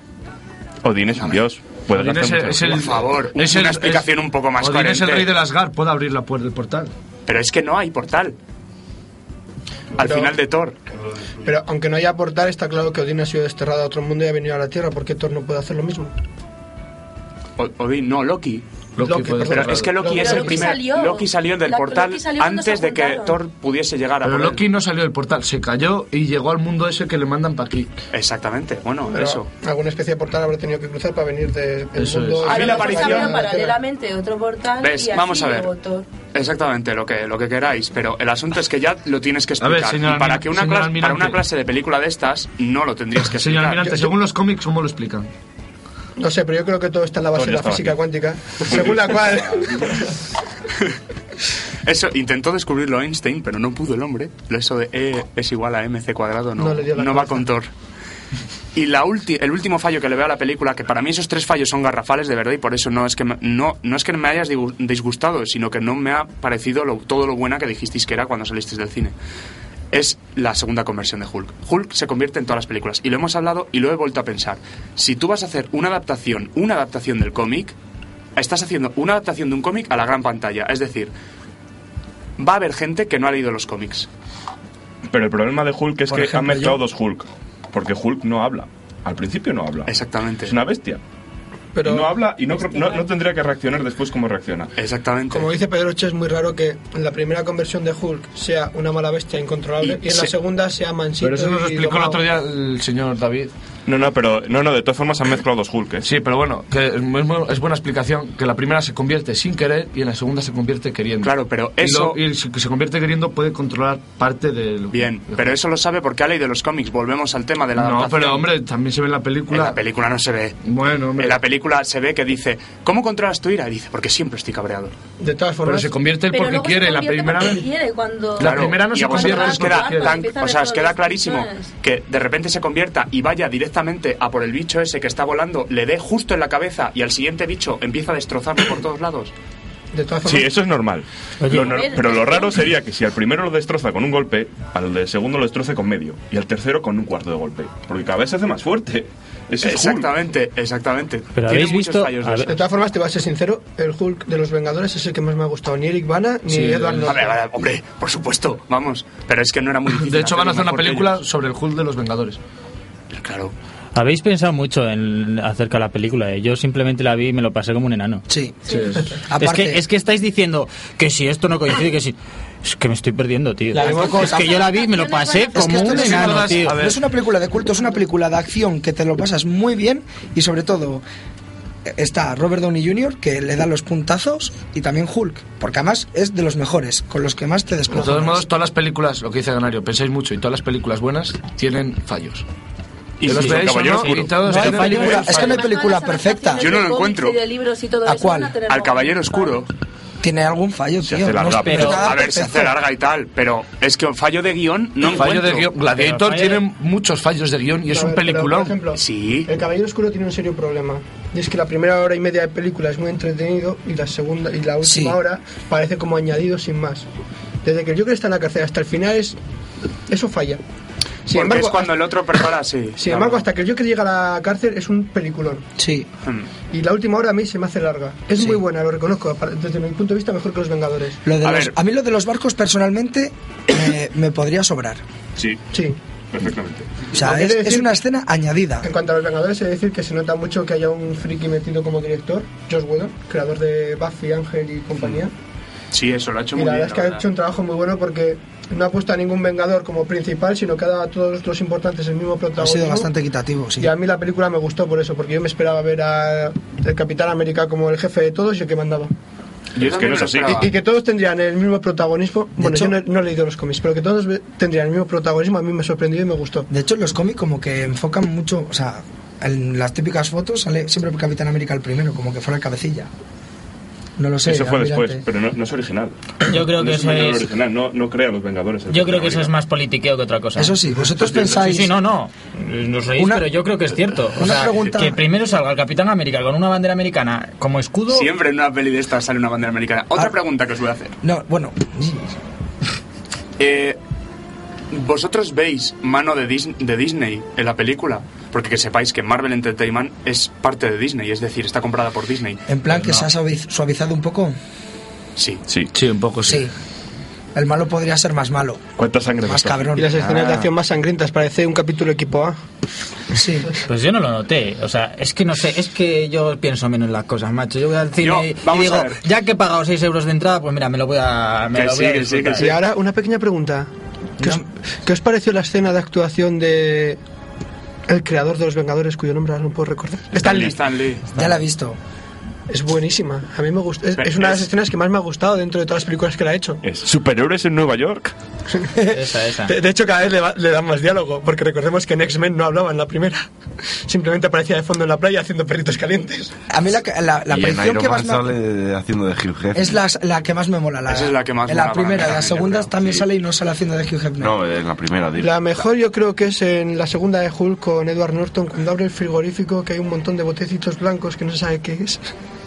Odín es un dios. Puede Odín gastar es el- mucho. es el- Por favor, es el- una explicación es- un poco más Odín es el coherente. rey del Asgard, puede abrir la puerta del portal. Pero es que no hay portal. Al Pero- final de Thor. Pero aunque no haya aportar, está claro que Odín ha sido desterrado a otro mundo y ha venido a la Tierra. ¿Por qué Thor no puede hacer lo mismo? O- Odín, no, Loki. Loki, fue pero derrotado. es que Loki, es el Loki primer. salió. Loki salió del Lo- portal Loki salió cuando antes se de que juntaron. Thor pudiese llegar a Pero por él. Loki no salió del portal, se cayó y llegó al mundo ese que le mandan para aquí. Exactamente, bueno, Pero- eso. Alguna especie de portal habrá tenido que cruzar para venir de el Eso mundo. es. A mí la de- aparición- de- Abrió paralelamente otro portal ¿Ves? y así Vamos a ver. llegó Thor. Exactamente, lo que, lo que queráis, pero el asunto es que ya lo tienes A que explicar. ver, señor y para, almi- que una señor clase, para almirante. una clase de película de estas, no lo tendrías que explicar. Señor Almirante, según los cómics, ¿cómo lo explican? No sé, pero yo creo que todo está en la base Tony de la estaba física aquí. cuántica, según la cual. Eso intentó descubrirlo Einstein, pero no pudo el hombre. Eso de E es igual a mc cuadrado no, No le dio la no va con Thor. Y la ulti- el último fallo que le veo a la película, que para mí esos tres fallos son garrafales de verdad y por eso no es que me, no, no es que me hayas digu- disgustado, sino que no me ha parecido lo- todo lo buena que dijisteis que era cuando salisteis del cine. Es la segunda conversión de Hulk. Hulk se convierte en todas las películas y lo hemos hablado y lo he vuelto a pensar. Si tú vas a hacer una adaptación, una adaptación del cómic, estás haciendo una adaptación de un cómic a la gran pantalla. Es decir, va a haber gente que no ha leído los cómics. Pero el problema de Hulk es Por que han ejemplo, mezclado yo. dos Hulk. Porque Hulk no habla. Al principio no habla. Exactamente. Es una bestia. Pero- Y no habla y no, creo- no- no tendría que reaccionar después como reacciona. Exactamente. Como dice Pedro Che, es muy raro que en la primera conversión de Hulk sea una mala bestia incontrolable y, Y en la se- segunda sea mansito. Pero eso nos y lo explicó el domado. otro día el señor David. No, no, pero no, no, de todas formas han mezclado dos Hulk. ¿eh? Sí, pero bueno, que es, muy- muy- es buena explicación que la primera se convierte sin querer y en la segunda se convierte queriendo. Claro, pero Y eso- lo- Y, si se convierte queriendo puede controlar parte del. Bien, pero eso lo sabe porque ha leído los cómics. Volvemos al tema de la No, adaptación. pero hombre, también se ve en la película. En la película no se ve. Bueno, hombre. En la película se ve que dice, ¿cómo controlas tu ira? Y dice, porque siempre estoy cabreado. De todas formas- Pero se convierte Pero luego se convierte porque quiere cuando... Claro, y a vosotros os Cuando queda va tan- empieza a o ver sea, os todas queda las clarísimo personas. que de repente se convierta y vaya directamente a por el bicho ese que está volando, le dé justo en la cabeza y al siguiente bicho empieza a destrozarlo por todos lados. De todas Sí, eso es normal. Oye. Lo nor- pero lo raro sería que si al primero lo destroza con un golpe, al del segundo lo destroce con medio y al tercero con un cuarto de golpe. Porque cada vez se hace más fuerte. Ese es Hulk. Exactamente, exactamente. Pero Tiene habéis muchos visto- fallos de a ver- eso. De todas formas, te voy a ser sincero, el Hulk de los Vengadores es el que más me ha gustado. Ni Eric Bana ni Edward Norton. Hombre, vale, hombre, por supuesto, vamos. Pero es que no era muy difícil. De hecho, van a hacer una hacerlo mejor película sobre el Hulk de los Vengadores. que ellos. Claro. ¿Habéis pensado mucho en acerca de la película? eh? Yo simplemente la vi y me lo pasé como un enano. Sí. Sí. Es, Aparte- que, es que estáis diciendo que si esto no coincide, que si... Es que me estoy perdiendo, tío. La vemos es que yo la vi y me lo pasé Es que como esto un no es enano, una- tío. No es una película de culto, es una película de acción que te lo pasas muy bien y sobre todo eh, está Robert Downey Jr. que le da los puntazos y también Hulk, porque además es de los mejores, con los que más te De todos desplazas. modos, todas las películas, lo que dice Ganario, pensáis mucho y todas las películas buenas tienen fallos. Y Que sí, los sí, veáis o Caballero no, Oscuro. y todos No hay tienen película- fallos. es que no hay película perfecta. De cómics y De libros y todo ¿A eso, cuál? van tener Al Caballero Oscuro. Tiene algún fallo, tío. Se no larga, es pero, nada a ver, se hace perfecto. larga y tal, pero es que fallo de guión no fallo encuentro. de guión. Gladiator tiene muchos fallos de guión y es No, un pero, peliculón. por ejemplo, Sí. El Caballero Oscuro tiene un serio problema. Y es que la primera hora y media de película es muy entretenido y la segunda y la última Sí. hora parece como añadido sin más. Desde que el Joker está en la cárcel hasta el final es eso falla. Porque Sin embargo, es cuando el otro prepara así. Sin embargo, hasta que el Joker llega a la cárcel es un peliculón. Sí. Mm. Y la última hora a mí se me hace larga. Es muy buena, lo reconozco. para- Desde mi punto de vista, mejor que los Vengadores. Lo de los- a, mí lo de los barcos personalmente me, me podría sobrar. Sí. Sí. Perfectamente. O sea, Aunque he es, de es decir- una escena añadida. En cuanto a los Vengadores, he de decir que se nota mucho que haya un friki metido como director, Josh Whedon, creador de Buffy, Ángel y compañía. Sí, eso lo ha hecho y muy la bien. verdad es que la ha verdad. hecho un trabajo muy bueno porque no ha puesto a ningún Vengador como principal, sino que ha dado a todos los importantes el mismo Ha protagonismo. sido bastante equitativo, sí. Y a mí la película me gustó por eso, porque yo me esperaba ver al Capitán América como el jefe de todos y el que mandaba. Es que no es así. Y, y que todos tendrían el mismo protagonismo. Bueno, yo no, no he leído los cómics, pero que todos ve- tendrían el mismo protagonismo a mí me sorprendió y me gustó. De hecho, en los cómics como que enfocan mucho, o sea, en las típicas fotos sale siempre Capitán América el primero, como que fuera el cabecilla. No lo sé. Eso fue almirante. después, pero no, no es original. Yo creo No que es eso un Vengador es- original, no, no crea los Vengadores. el Yo creo que eso Capitán es más politiqueo que otra cosa. Eso sí, vosotros Sí, pensáis- Sí, sí, no, no. No sois, Una- pero yo creo que es cierto. O una sea, pregunta- Que primero salga el Capitán América con una bandera americana como escudo. Siempre en una peli de estas sale una bandera americana. Otra Ah. pregunta que os voy a hacer. No, bueno. Eh, ¿Vosotros veis mano de, Dis- de Disney en la película? Porque que sepáis que Marvel Entertainment es parte de Disney, es decir, está comprada por Eh, Disney. En plan que No. se ha suaviz- suavizado un poco. Sí. Sí. un poco sí. El malo podría ser más malo. ¿Cuánta sangre? Más cabrón. Y las escenas de Ah. acción más sangrientas, parece un capítulo equipo A. Sí. Pues yo no lo noté, o sea, es que no sé, es que yo pienso menos en las cosas, macho. Yo voy al cine Yo- y- y, vamos digo, a ver. ya que he pagado 6 euros de entrada, pues mira, me lo voy a. Me Que lo voy sí, a que disfrutar. Y ahora una pequeña pregunta. ¿Qué, os, qué os pareció la escena de actuación de el creador de los Vengadores, cuyo nombre ahora no puedo recordar? Stan Lee. Ya la he visto. Es buenísima. A mí me gusta. Es, Pero es una de las es- escenas que más me ha gustado dentro de todas las películas que la he hecho. Es ¿Superhéroes en Nueva York? Esa, esa. De, de hecho, cada vez le, va- le dan más diálogo, porque recordemos que en X-Men no hablaba en la primera. Simplemente aparecía de fondo en la playa haciendo perritos calientes. A mí la, la, la y en aparición Iron que Man más me- sale haciendo de Hugh Hefner. Es la, la que más me mola. La, Esa es la que más en mola La para mí primera, la también, yo segunda también sí. sale y no sale haciendo de Hugh Hefner. No, en la primera, digo. La mejor yo creo que es en la segunda de Hulk con Edward Norton cuando abre el frigorífico que hay un montón de botecitos blancos que no se sabe qué es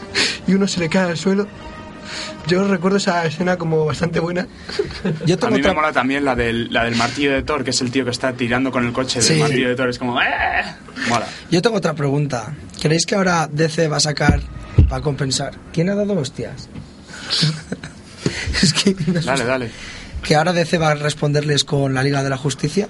y uno se le cae al suelo. Yo recuerdo esa escena como bastante buena. Yo A mí me mola también la del, la del martillo de Thor, que es el tío que está tirando con el coche del Sí. martillo de Thor. Es como... ¡eh! Mola. Yo tengo otra pregunta. ¿Creéis que ahora DC va a sacar para compensar? ¿Quién ha dado hostias? es que me asusta. Dale, dale. Que ahora DC va a responderles con la Liga de la Justicia.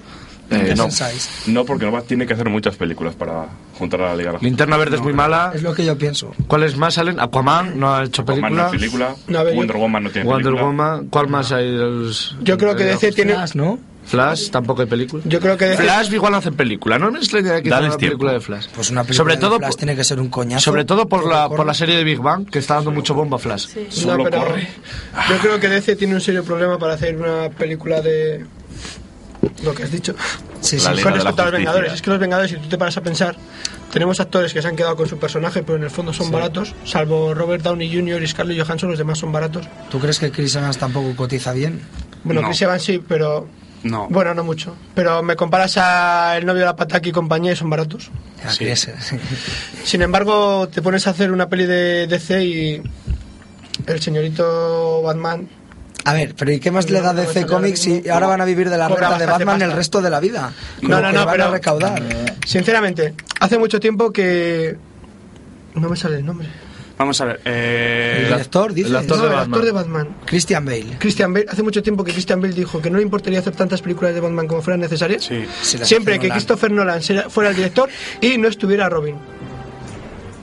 ¿Qué Eh, no. pensáis? no, porque Nova tiene que hacer muchas películas para juntar a la Liga. de la Linterna Verde es muy mala. Es lo que yo pienso. ¿Cuáles más salen? Aquaman no ha hecho Aquaman película. no hay película. No, a ver, yo- Wonder Woman no tiene Wonder película. Woman. ¿Cuál más hay? Yo creo que DC tiene- Flash, ¿no? Flash tampoco hay película. Yo creo que DC Flash igual hacen película. No me extrañaría que Dales hicieran una tiempo. película de Flash. Pues una película sobre de todo Flash por- tiene que ser un coñazo. sobre todo por que la, corra. por la serie de Big Bang que está dando mucho bomba a Flash. No, pero Yo creo que DC tiene un serio problema para hacer una película de lo que has dicho. Sí, sí. La Liga Con de la respecto a los Justicia. Vengadores. Es que los Vengadores, si tú te paras a pensar, tenemos actores que se han quedado con su personaje, pero en el fondo son baratos. Salvo Robert Downey Jr. y Scarlett Johansson, los demás son baratos. ¿Tú crees que Chris Evans tampoco cotiza bien? Bueno, No. Chris Evans sí, pero. No. Bueno, no mucho. Pero me comparas a El novio de la pataki y compañía y son baratos. Ya, Chris, eh, sí. Sin embargo, te pones a hacer una peli de DC y. El señorito Batman. A ver, pero ¿y qué más le da DC Comics y ahora van a vivir de la Cobra renta de bastante Batman pasta. el resto de la vida? Con No, lo no, que no, van a pero- eh, recaudar. Sinceramente, hace mucho tiempo que. No me sale el nombre. Vamos a ver. eh, El actor, dices. No, el actor de Batman. Christian Bale. Christian Bale, hace mucho tiempo que Christian Bale dijo que no le importaría hacer tantas películas de Batman como fueran necesarias, Si las siempre hace que Nolan. Christopher Nolan sea- fuera el director y no estuviera Robin.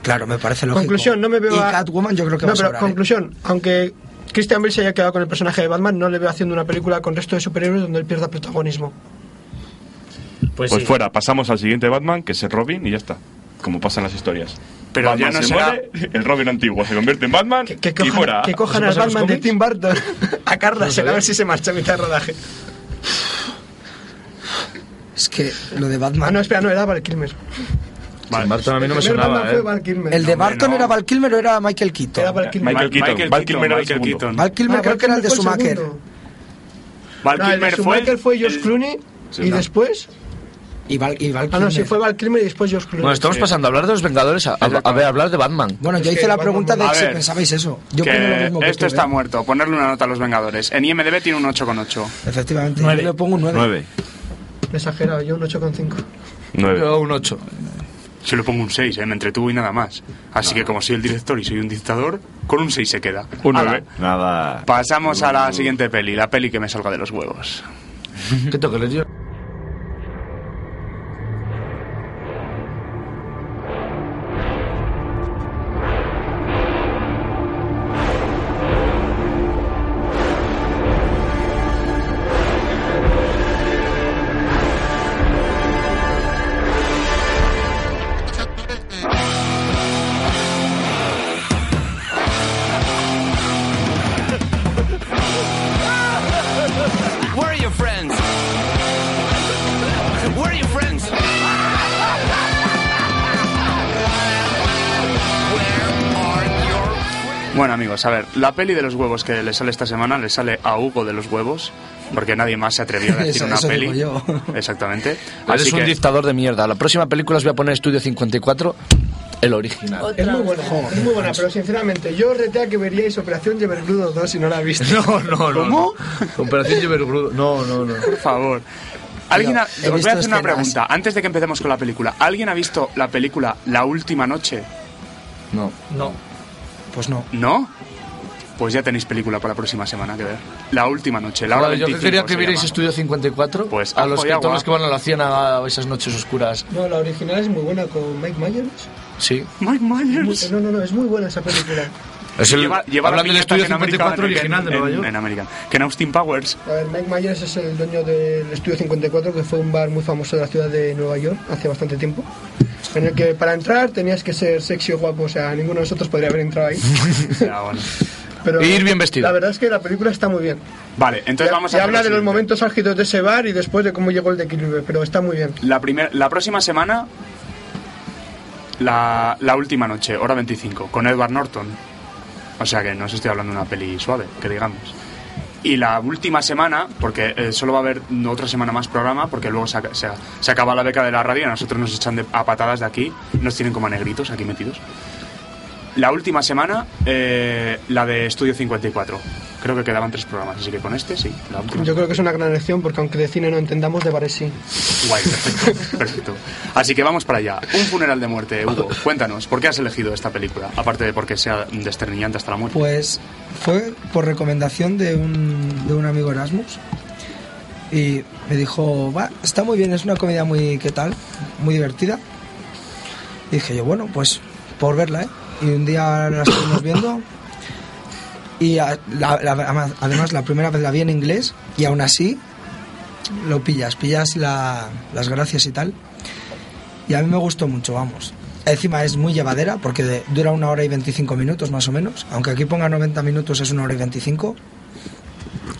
Claro, me parece lógico. Conclusión, no me veo Y a- Catwoman yo creo que No, va a pero sobrar, ¿eh? conclusión, aunque Christian Bale se haya quedado con el personaje de Batman, no le veo haciendo una película con resto de superhéroes donde él pierda protagonismo. Pues, fuera, pasamos al siguiente Batman, que es el Robin, y ya está. Como pasan las historias. Pero Batman ya no se será- muere, el Robin antiguo se convierte en Batman Que y cojan, fuera. que cojan al Batman de Tim Burton a Carla, a ver si se marcha a mitad de rodaje. Es que lo de Batman. Ah, no, espera, no, era Val Kilmer. Tim Burton a mí no me El primer sonaba, Batman ¿eh? fue Val Kilmer. ¿El de Barton era Val Kilmer o era Michael Keaton? Era Val Kilmer. Michael Keaton. Michael Keaton, era el Michael segundo. Keaton. Val Kilmer Ah, creo Val que era el de Kilmer fue el Schumacher. segundo. Val No, el de Kilmer fue... Schumacher fue George Clooney Sí, y no. después. Y Val, y Val Ah, no, Kilmer. sí, fue Val Kilmer y después George Clooney. Bueno, estamos pasando a hablar de los Vengadores, a, a- a ver, a hablar de Batman. Bueno, yo Es hice que la Batman- pregunta de A si ver, pensabais eso. Yo que opino lo mismo que esto tú, está ¿eh? muerto. Ponerle una nota a los Vengadores. En IMDB tiene un 8,8. Efectivamente, yo le pongo un 9. Exagerado, yo un 8,5. Yo un 8. Yo le pongo un 6, eh, me entretuvo y nada más. Así que como soy el director y soy un dictador, con un 6 se queda. Un Ala, 9. Nada. Pasamos a la siguiente peli, la peli que me salga de los huevos. ¿Qué toque le dio? Where are your friends? Where are your friends? Bueno amigos, a ver, la peli de los huevos que le sale esta semana le sale a Hugo de los huevos, porque nadie más se atrevió a decir Eso- una eso peli. digo Exactamente. Eres Así un que dictador de mierda. La próxima película os voy a poner Estudio 54, el original. Es muy buena, es muy buena, pero sinceramente, yo retea que veríais Operación Yevergrudo 2 si no la viste. No, no, no. ¿Cómo? Operación Yevergrudo. No, no, no. Por favor. ¿Alguien ha- os he voy a visto hacer una escenas. pregunta, antes de que empecemos con la película. ¿Alguien ha visto la película La Última Noche? No. No. Pues no. ¿No? Pues ya tenéis película para la próxima semana que ver. La última noche, la hora Vale, yo que 25 quería que se vierais llama. Estudio 54. Pues a los ajo y que, todos agua. los que van a la ciénaga a esas noches oscuras. No, la original es muy buena con Mike Myers. Sí. Mike Myers. No, no, no, es muy buena esa película. Es el- Lleva- lleva hablan del la piñata Estudio que en American- 54 original de en- Nueva York. En American. Que en Austin Powers A ver, Mike Myers es el dueño del Estudio 54, que fue un bar muy famoso de la ciudad de Nueva York hace bastante tiempo. En el que para entrar tenías que ser sexy o guapo, o sea, ninguno de nosotros podría haber entrado ahí. Pero ir bien vestido. La verdad es que la película está muy bien. Vale, entonces vamos a y hacer habla lo de los siguiente. momentos álgidos de ese bar y después de cómo llegó el declive, pero está muy bien. La, primer- la próxima semana, la, la última noche, hora 25, con Edward Norton. O sea que no os estoy hablando de una peli suave, que digamos. Y la última semana, porque eh, solo va a haber otra semana más programa, porque luego se, ac- se- se acaba la beca de la radio y a nosotros nos echan de- a patadas de aquí, nos tienen como a negritos aquí metidos. La última semana, eh, la de Estudio 54. Creo que quedaban tres programas, así que con este sí, la última. Yo creo que es una gran elección porque aunque de cine no entendamos, de bares sí. Guay, perfecto, perfecto. Así que vamos para allá. Un funeral de muerte, Hugo. Cuéntanos, ¿por qué has elegido esta película? Aparte de porque sea desternillante hasta la muerte. Pues fue por recomendación de un, de un amigo Erasmus y me dijo, va, está muy bien, es una comedia muy, ¿qué tal? Muy divertida. Y dije yo, bueno, pues por verla, ¿eh? Y un día la estuvimos viendo y a- la- la- ama- además la primera vez la vi en inglés y aún así lo pillas, pillas la- las gracias y tal. Y a mí me gustó mucho, vamos. Encima es muy llevadera porque de- dura una hora y 25 minutos más o menos. Aunque aquí ponga 90 minutos es una hora y 25.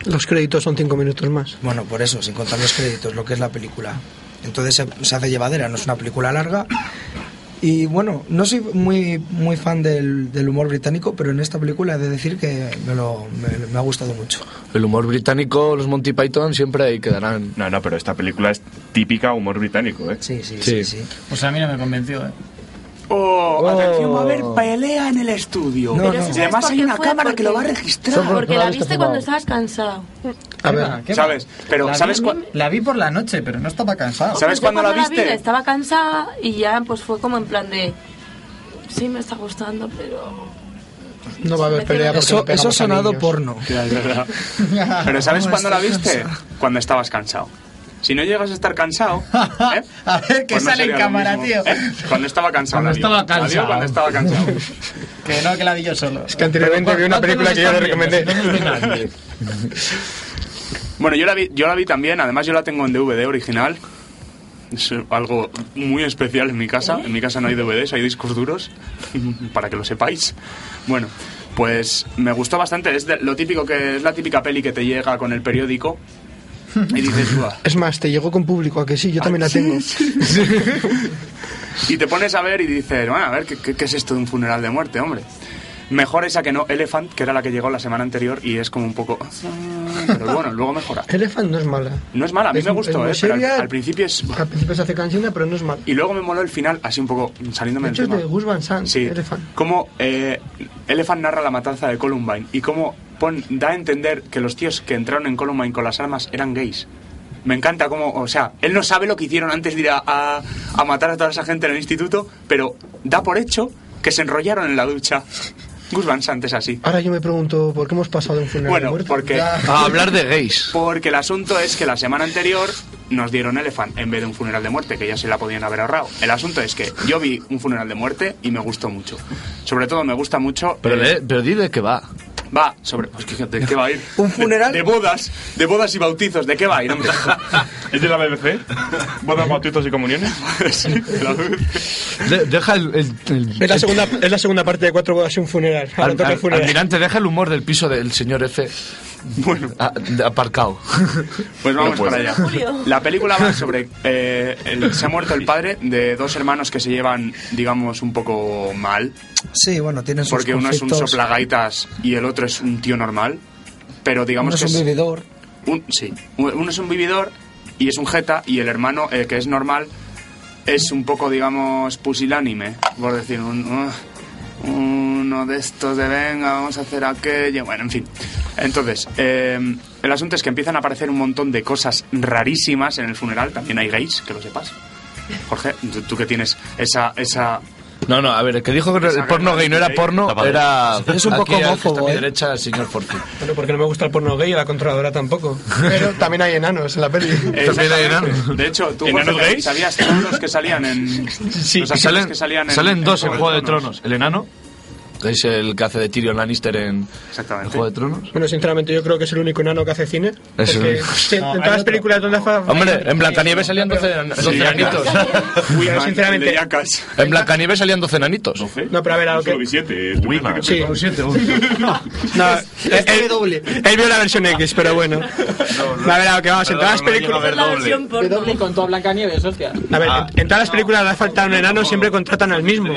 Los créditos son 5 minutos más. Bueno, por eso, sin contar los créditos, lo que es la película. Entonces se, se hace llevadera, no es una película larga. Y bueno, no soy muy, muy fan del, del humor británico, pero en esta película he de decir que me, lo- me- me ha gustado mucho. El humor británico, los Monty Python siempre ahí quedarán. No, no, pero esta película es típica humor británico, ¿eh? Sí, sí, Sí. sí. Pues a mí no me convenció, ¿eh? Oh, atención, va a haber pelea en el estudio. No, Pero no. eso Y además ¿sabes por hay qué una fue? cámara que lo va a Porque- registrar. Porque Porque la la viste viste cuando fumado. estabas cansado. A ver, ¿sabes? Pero, La vi- ¿sabes cuál? La vi por la noche, pero no estaba cansado. Pues yo vi, estaba cansada y ya pues fue como en plan de... Sí, me está gustando, pero... No va a haber pelea porque Eso, no eso ha pegamos a sonado niños. porno. Pero ¿sabes No, cuándo la estoy viste? cansado. Cuando estabas cansado. Si no llegas a estar cansado, A ver, que pues no sale en sería lo cámara, mismo. tío. ¿Eh? Cuando estaba cansado. Cuando la vi. estaba La vi cansado. Cuando estaba cansado. Que no, que la vi yo solo. Es que anteriormente vi una película que yo le recomendé. Bueno, yo la, vi, yo la vi también, además yo la tengo en DVD original. Es eh, algo muy especial en mi casa. En mi casa no hay DVDs, hay discos duros, para que lo sepáis. Bueno, pues me gustó bastante. Es de- lo típico que es la típica peli que te llega con el periódico y dices, "Buah". Es más, te llegó con público, a que Ah, sí, yo también la tengo. y te pones a ver y dices, bueno, a ver, ¿qué, qué, qué es esto de un funeral de muerte, hombre? Mejor esa que no Elephant, que era la que llegó la semana anterior y es como un poco... Pero bueno, luego mejora. Elephant no es mala. No es mala, a mí Es- me es gustó, muy ¿eh? Pero al- seria. al, principio es... Al principio se hace cansina, pero no es mala. Y luego me moló el final, así un poco saliéndome De del hecho, es tema. de Gus Van Sant, Sí. Elephant. Cómo eh, Elephant narra la matanza de Columbine y cómo pon- da a entender que los tíos que entraron en Columbine con las armas eran gays. Me encanta cómo, o sea, él no sabe lo que hicieron antes de ir a, a- a matar a toda esa gente en el instituto, pero da por hecho que se enrollaron en la ducha. Gus Van Sant es así. Ahora yo me pregunto, ¿por qué hemos pasado de un funeral de Bueno, muerte? porque... A Ah, hablar de gays. Porque el asunto es que la semana anterior nos dieron Elephant en vez de un funeral de muerte, que ya se la podían haber ahorrado. El asunto es que yo vi un funeral de muerte y me gustó mucho. Sobre todo me gusta mucho... Pero, eh, le- pero di de qué va. Va, sobre... Pues, ¿qué- ¿De qué va a ir? ¿Un funeral? De, de bodas, de bodas y bautizos, ¿de qué va a ir? hombre? ¿Es de la BBC? ¿Bodas, bautizos y comuniones? sí, de la BBC. deja el. Es la, segunda, es la segunda parte de Cuatro Bodas y un Funeral. Ahora Al- toca al- el funeral. almirante, deja el humor del piso del señor F. Bueno. aparcado. Pues vamos No puedo. para allá. La película va sobre. eh, el- se ha muerto el padre de dos hermanos que se llevan, digamos, un poco mal. Sí, bueno, tienen sus Porque uno es un conflictos. soplagaitas y el otro es un tío normal. Pero digamos Uno es que un es- vividor. un- sí, u- uno es un vividor y es un jeta y el hermano eh, que es normal es un poco, digamos, pusilánime, por decir, un, uh, uno de estos de venga, vamos a hacer aquello, bueno, en fin. Entonces, eh, el asunto es que empiezan a aparecer un montón de cosas rarísimas en el funeral, también hay gays, que lo sepas. Jorge, tú, tú que tienes esa, esa No, no, a ver, el que dijo que el porno gay no era porno, era. Es un poco aquí al que está a homófobo, mi ¿eh? derecha, el señor Forti. Bueno, porque no me gusta el porno gay y la controladora tampoco. Pero también hay enanos en la peli. Exactamente. De hecho, tú ¿Enanos Jorge, gays? sabías todos los que salían en. Sí, los actores salen, que salían en- salen dos en Juego de Tronos. Tronos. El enano, que es el que hace de Tyrion Lannister en, en Juego de Tronos. Bueno, sinceramente, yo creo que es el único enano que hace cine. Es el porque único. sí, en todas las películas donde hace. Hombre, en Blancanieves salían 12, enan- 12 enanitos. Pero sinceramente. En Blancanieves salían 12 enanitos. No, pero a ver, a lo que. Sí. No, él, doble. él vio la versión X, pero bueno. a ver, a lo que vamos, en todas las películas. De doble con toda Blancanieves, hostia. A ver, en, en todas las películas de falta un enano, siempre contratan al mismo.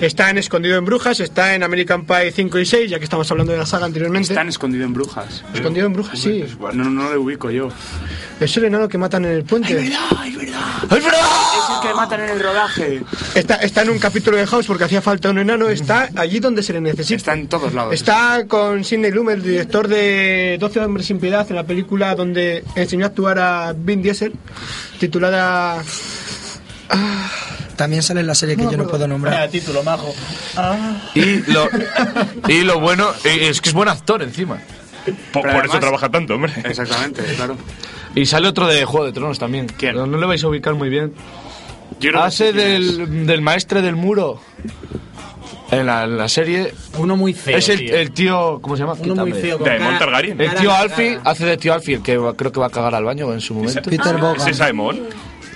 Está en Escondido en Brujas, está en American Pie 5 y 6, ya que estamos hablando de la saga anteriormente. Están escondido en brujas. Escondido en brujas, sí. No, no, no le ubico yo. Es el enano que matan en el puente. Es el que matan en el rodaje. Está, está en un capítulo de House porque hacía falta un Mm. enano, está allí donde se le necesita. Está en todos lados. Está con Sidney Lumet, el director de 12 hombres sin piedad, en la película donde enseñó a actuar a Vin Diesel, titulada... También sale en la serie que yo no puedo Ah, nombrar. título, majo. Y lo, y lo bueno eh, es que es buen actor encima. Por, Pero por además- eso trabaja tanto, hombre. Exactamente, claro. Y sale otro de Juego de Tronos también. No, no le vais a ubicar muy bien. Yo no Hace sé quién Ah, del, del maestre del muro. En la, en la serie. Uno muy feo. Es el tío. tío. el tío. ¿Cómo se llama? Uno muy Quítame. feo con Daemon cara- Targaryen. El cara tío de Alfie hace de tío Alfie, el que va- creo que va a cagar al baño en su momento. Ah, ¿Eh? Peter ¿Ese es Simon?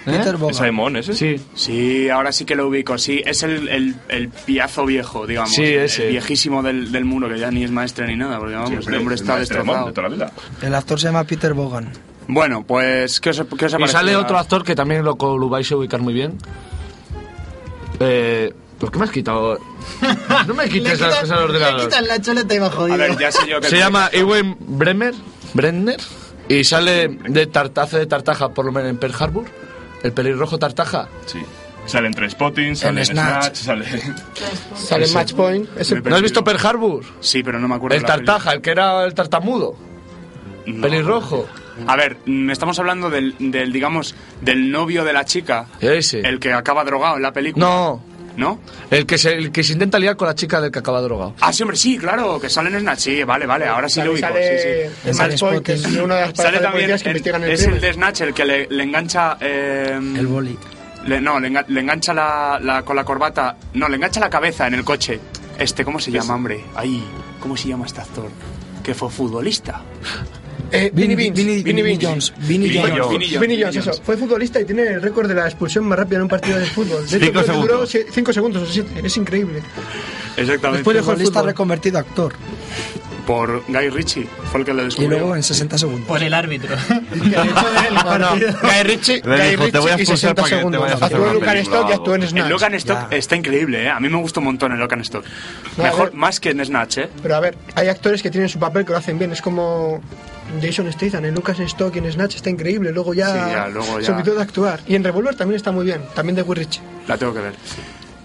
Peter ¿Es Simon ese? Sí. Sí, ahora sí que lo ubico. Sí, es el, el, el piazo viejo, digamos. Sí, ese. El viejísimo del, del muro, que ya ni es maestre ni nada, porque vamos, el hombre, hombre el está maestro de Mon, destrozado. de toda la vida. El actor se llama Peter Bogan. Bueno, pues, ¿qué os, qué os ha Y parecido? sale otro actor que también lo, co- lo vais a ubicar muy bien. Eh, ¿Por qué me has quitado? No me quites las cosas al ordenador. la chuleta y va jodido. Se llama Ewen Bremer, Brenner, y sale de tartaza de Tartaja, por lo menos en Pearl Harbor. El pelirrojo Tartaja. Sí. Sale en tres spottings, sale en Snatch. Snatch, Ah, sale. Sale en Match Point. ese- ¿No has visto Pearl Harbor? Sí, pero no me acuerdo. El de la peli. Tartaja, el que era el tartamudo. Pelirrojo. A ver, mm, estamos hablando del, del, digamos, del novio de la chica, Ese. el que acaba drogado en la película. Eh, No. ¿No? El que, se, el que se intenta liar con la chica del que acaba drogado. Ah, sí, hombre, sí, claro, que salen en Snatch. Sí, vale, vale, ahora sí lo ubico. sale sí, sí. en Eh, Match Point, que es una de las Sale parejas de también, policías que el- investigan el es crimen. el de Snatch el que le, le engancha... el boli. no, le, enga- le engancha la, la- con la corbata... No, le engancha la cabeza en el coche. Este, ¿cómo se llama, hombre? Ay, ¿cómo se llama este actor? Que fue futbolista. Eh, Vinny Vinny- Vinny- Vinny Vinny Jones. Vinny Jones. Vinny Jones. Vinny Jones, eso. Fue futbolista y tiene el récord de la expulsión más rápida en un partido de fútbol. De hecho, Cinco creo que duró segundos. si- cinco segundos o siete. Es increíble. Exactamente. Después dejó el futbolista fútbol. reconvertido a actor. Por Guy Ritchie, fue el que lo Y descubrió. luego en 60 segundos. Por el árbitro. No, no. Guy Ritchie, Guy Le dijo, "Te Ritchie voy a y 60 expulsar para que te segundos. vayas a hacer Actuó en una Locan película o Stock y algo". actuó en Snatch. El Logan Stock está increíble, ¿eh? A mí me gusta un montón el Logan Stock. No, a Mejor, ver. más que en Snatch, ¿eh? Pero a ver, hay actores que tienen su papel que lo hacen bien. Es como Jason Statham en Lucas Stock y en Snatch está increíble. Luego ya, Sí, ya, luego ya. se olvidó de actuar. Y en Revolver también está muy bien. También de Guy Ritchie. La tengo que ver.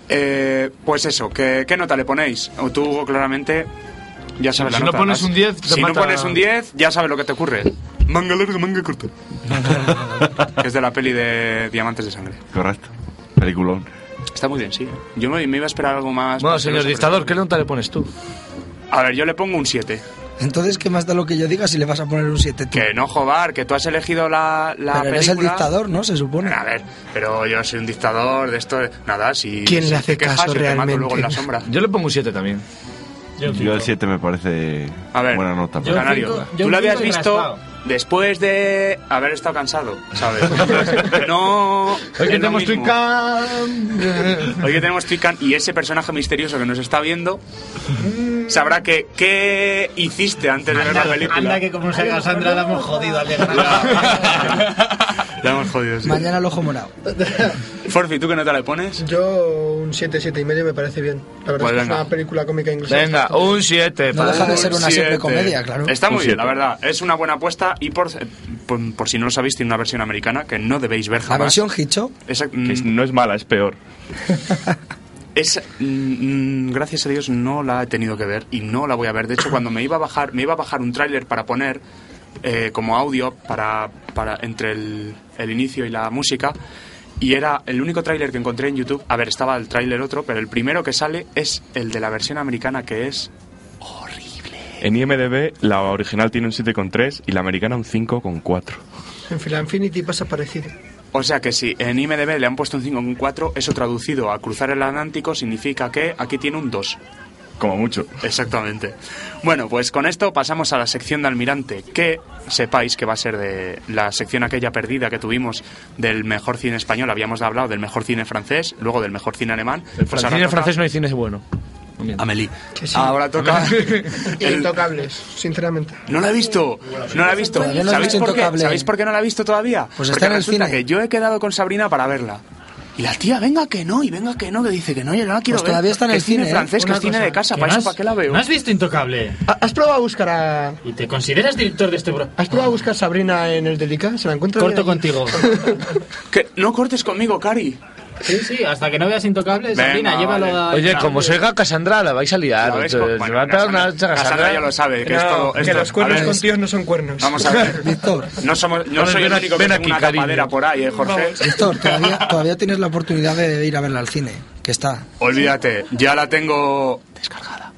Eh, pues eso, ¿qué, qué nota le ponéis? O tú, Hugo, claramente, ya sabes Si no la nota. pones Has- un 10, te Si no mata- pones un 10, ya sabes lo que te ocurre. Manga larga, manga corta. Que es de la peli de Diamantes de Sangre. Correcto. Peliculón. Está muy bien, sí. Yo me, me iba a esperar algo más. Bueno, pero señor no sé, dictador, ¿qué nota le pones tú? pero- A ver, yo le pongo un 7. Entonces, ¿qué más da lo que yo diga si le vas a poner un 7 tú? Que no jobar, que tú has elegido la, la Pero eres el película. dictador, ¿no? Se supone. A ver, pero yo soy un dictador de esto. Nada, si. ¿Quién le si te hace quejas, caso yo te mato realmente? luego en la sombra. Yo le pongo un 7 también. Yo el 7 me parece buena nota. pero- Canario, tú lo habías visto después de haber estado cansado, ¿sabes? no. Hoy que es lo tenemos mismo. Hoy que tenemos Trican y ese personaje misterioso que nos está viendo sabrá que qué hiciste antes de ver la película. Anda que como se haga Sandra la hemos jodido al de La hemos jodido, sí. Mañana el ojo morado. Forfi, ¿tú qué nota le pones? Yo un 7, 7 y medio me parece bien. La verdad es Pues que venga. es una película cómica inglesa. Venga, un 7. No deja de ser una simple comedia, claro. Está muy Un bien, la siete. verdad. Es una buena apuesta y por, por, por si no lo sabéis, tiene una versión americana que no debéis ver La jamás. versión Hicho. Esa- mm, No es mala, es peor. Es, mm, mm, gracias a Dios no la he tenido que ver y no la voy a ver. De hecho, cuando me iba a bajar, me iba a bajar un tráiler para poner eh, como audio para, para entre el, el inicio y la música Y era el único tráiler que encontré en YouTube. A ver, estaba el tráiler otro, pero el primero que sale es el de la versión americana que es En IMDB la original tiene un 7,3 y la americana un 5,4. En Final Infinity pasa parecido. O sea que si en IMDB le han puesto un 5,4, eso traducido a cruzar el Atlántico significa que aquí tiene un 2. Como mucho. Exactamente. Bueno, pues con esto pasamos a la sección de Almirante, que sepáis que va a ser de la sección aquella perdida que tuvimos del mejor cine español. Habíamos hablado del mejor cine francés, luego del mejor cine alemán. El Pues cine ahora toca- francés no hay cine bueno. Amélie. Ahora toca... Intocables, sinceramente. No la he visto, no la he visto. Todavía no has ¿Sabéis visto por, qué? Intocable. ¿Sabéis por qué no la he visto todavía? Pues Porque está en el resulta cine. que yo he quedado con Sabrina para verla. Y la tía, venga que no, y venga que no, que dice que no, yo no la quiero Pues ver. todavía está en Que el es cine cine, ¿eh? francés, que Una es cine cosa, de casa, que para no eso, has- ¿para qué la veo? no has visto Intocable? ¿Ha- ¿Has probado a buscar a... ¿Y te consideras director de este pro? ¿Has probado a buscar a Sabrina en el Delica? ¿Se la encuentra? Corto contigo. que no cortes conmigo, Cari. Sí, sí, hasta que no veas Intocable, Venga, Sabrina, llévalo vale. a... Oye, como os oiga Cassandra, la vais a Ah, liar. La vais pues, eh, entonces, con- le bueno, va a pegar una Cassandra- hacha a Cassandra ya lo sabe, que es todo- es todo- a ver, Dios no son cuernos. Vamos a ver. No, somos, no Vamos, soy el ven único aquí- que ven tengo aquí, una cariño. tapadera por ahí, ¿eh, Jorge? Héctor, todavía, todavía tienes la oportunidad de ir a verla al cine, que está. Olvídate, ya la tengo descargada.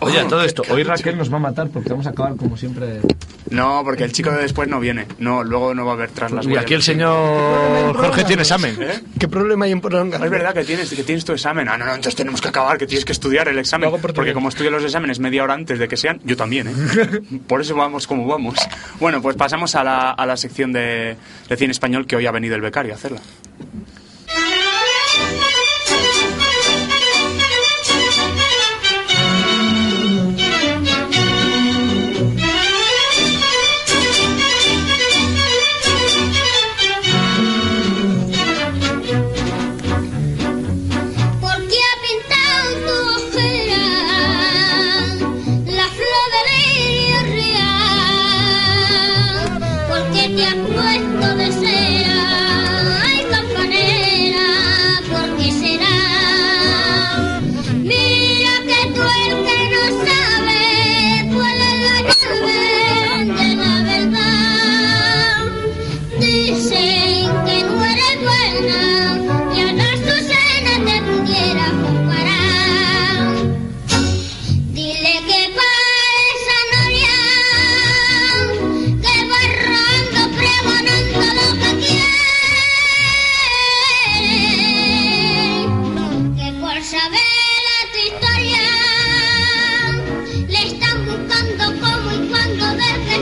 Oye, a todo esto, hoy Raquel nos va a matar porque vamos a acabar como siempre. No, porque el chico de después no viene. No, luego no va a haber tras las Y aquí el huellas. señor Jorge tiene examen. ¿Eh? ¿Qué problema hay en prolongar? Es verdad que tienes, que tienes tu examen. Ah, no, no, entonces tenemos que acabar, que tienes que estudiar el examen. Porque como estudio los exámenes media hora antes de que sean, yo también, ¿eh? Por eso vamos como vamos. Bueno, pues pasamos a la, a la sección de, de cine español que hoy ha venido el becario a hacerla. ¿Por qué ha pintado tu ojera la flor de lirio real? ¿Por qué te has puesto de cera? Ay, campanera, ¿por qué será? Mira que tú el que no sabe cuál es la llave de la verdad. Dicen que no eres buena y a la Susana te pudiera comparar. Dile que para esa noria que va errando, pregonando lo que quiere. Que por saber a tu historia le están buscando cómo y cuándo desde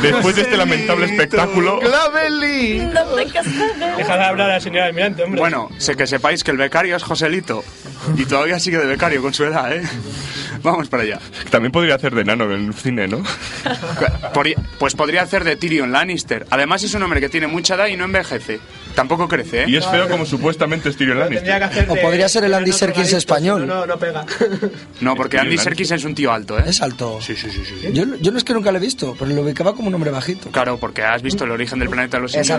Después de este lamentable espectáculo... ¡Claveli! No te casaré. Dejad hablar a la señora Almirante, hombre. Bueno, sé que sepáis que el becario es Joselito. Y todavía sigue de becario con su edad, ¿eh? Vamos para allá. También podría hacer de ¿eh? nano en el cine, ¿no? Podría- pues podría hacer de Tyrion Lannister. Además es un hombre que tiene mucha edad y no envejece. Tampoco crece, ¿eh? Y es feo como supuestamente es Tyrion Lannister. O podría ser el Andy Serkis español. No, no pega. No, porque Andy Serkis es un tío alto, ¿eh? Es alto. Sí, sí, sí. sí. Yo, yo no es que nunca lo he visto, pero lo ubicaba como un hombre bajito. Claro, porque has visto el origen del planeta de los simios.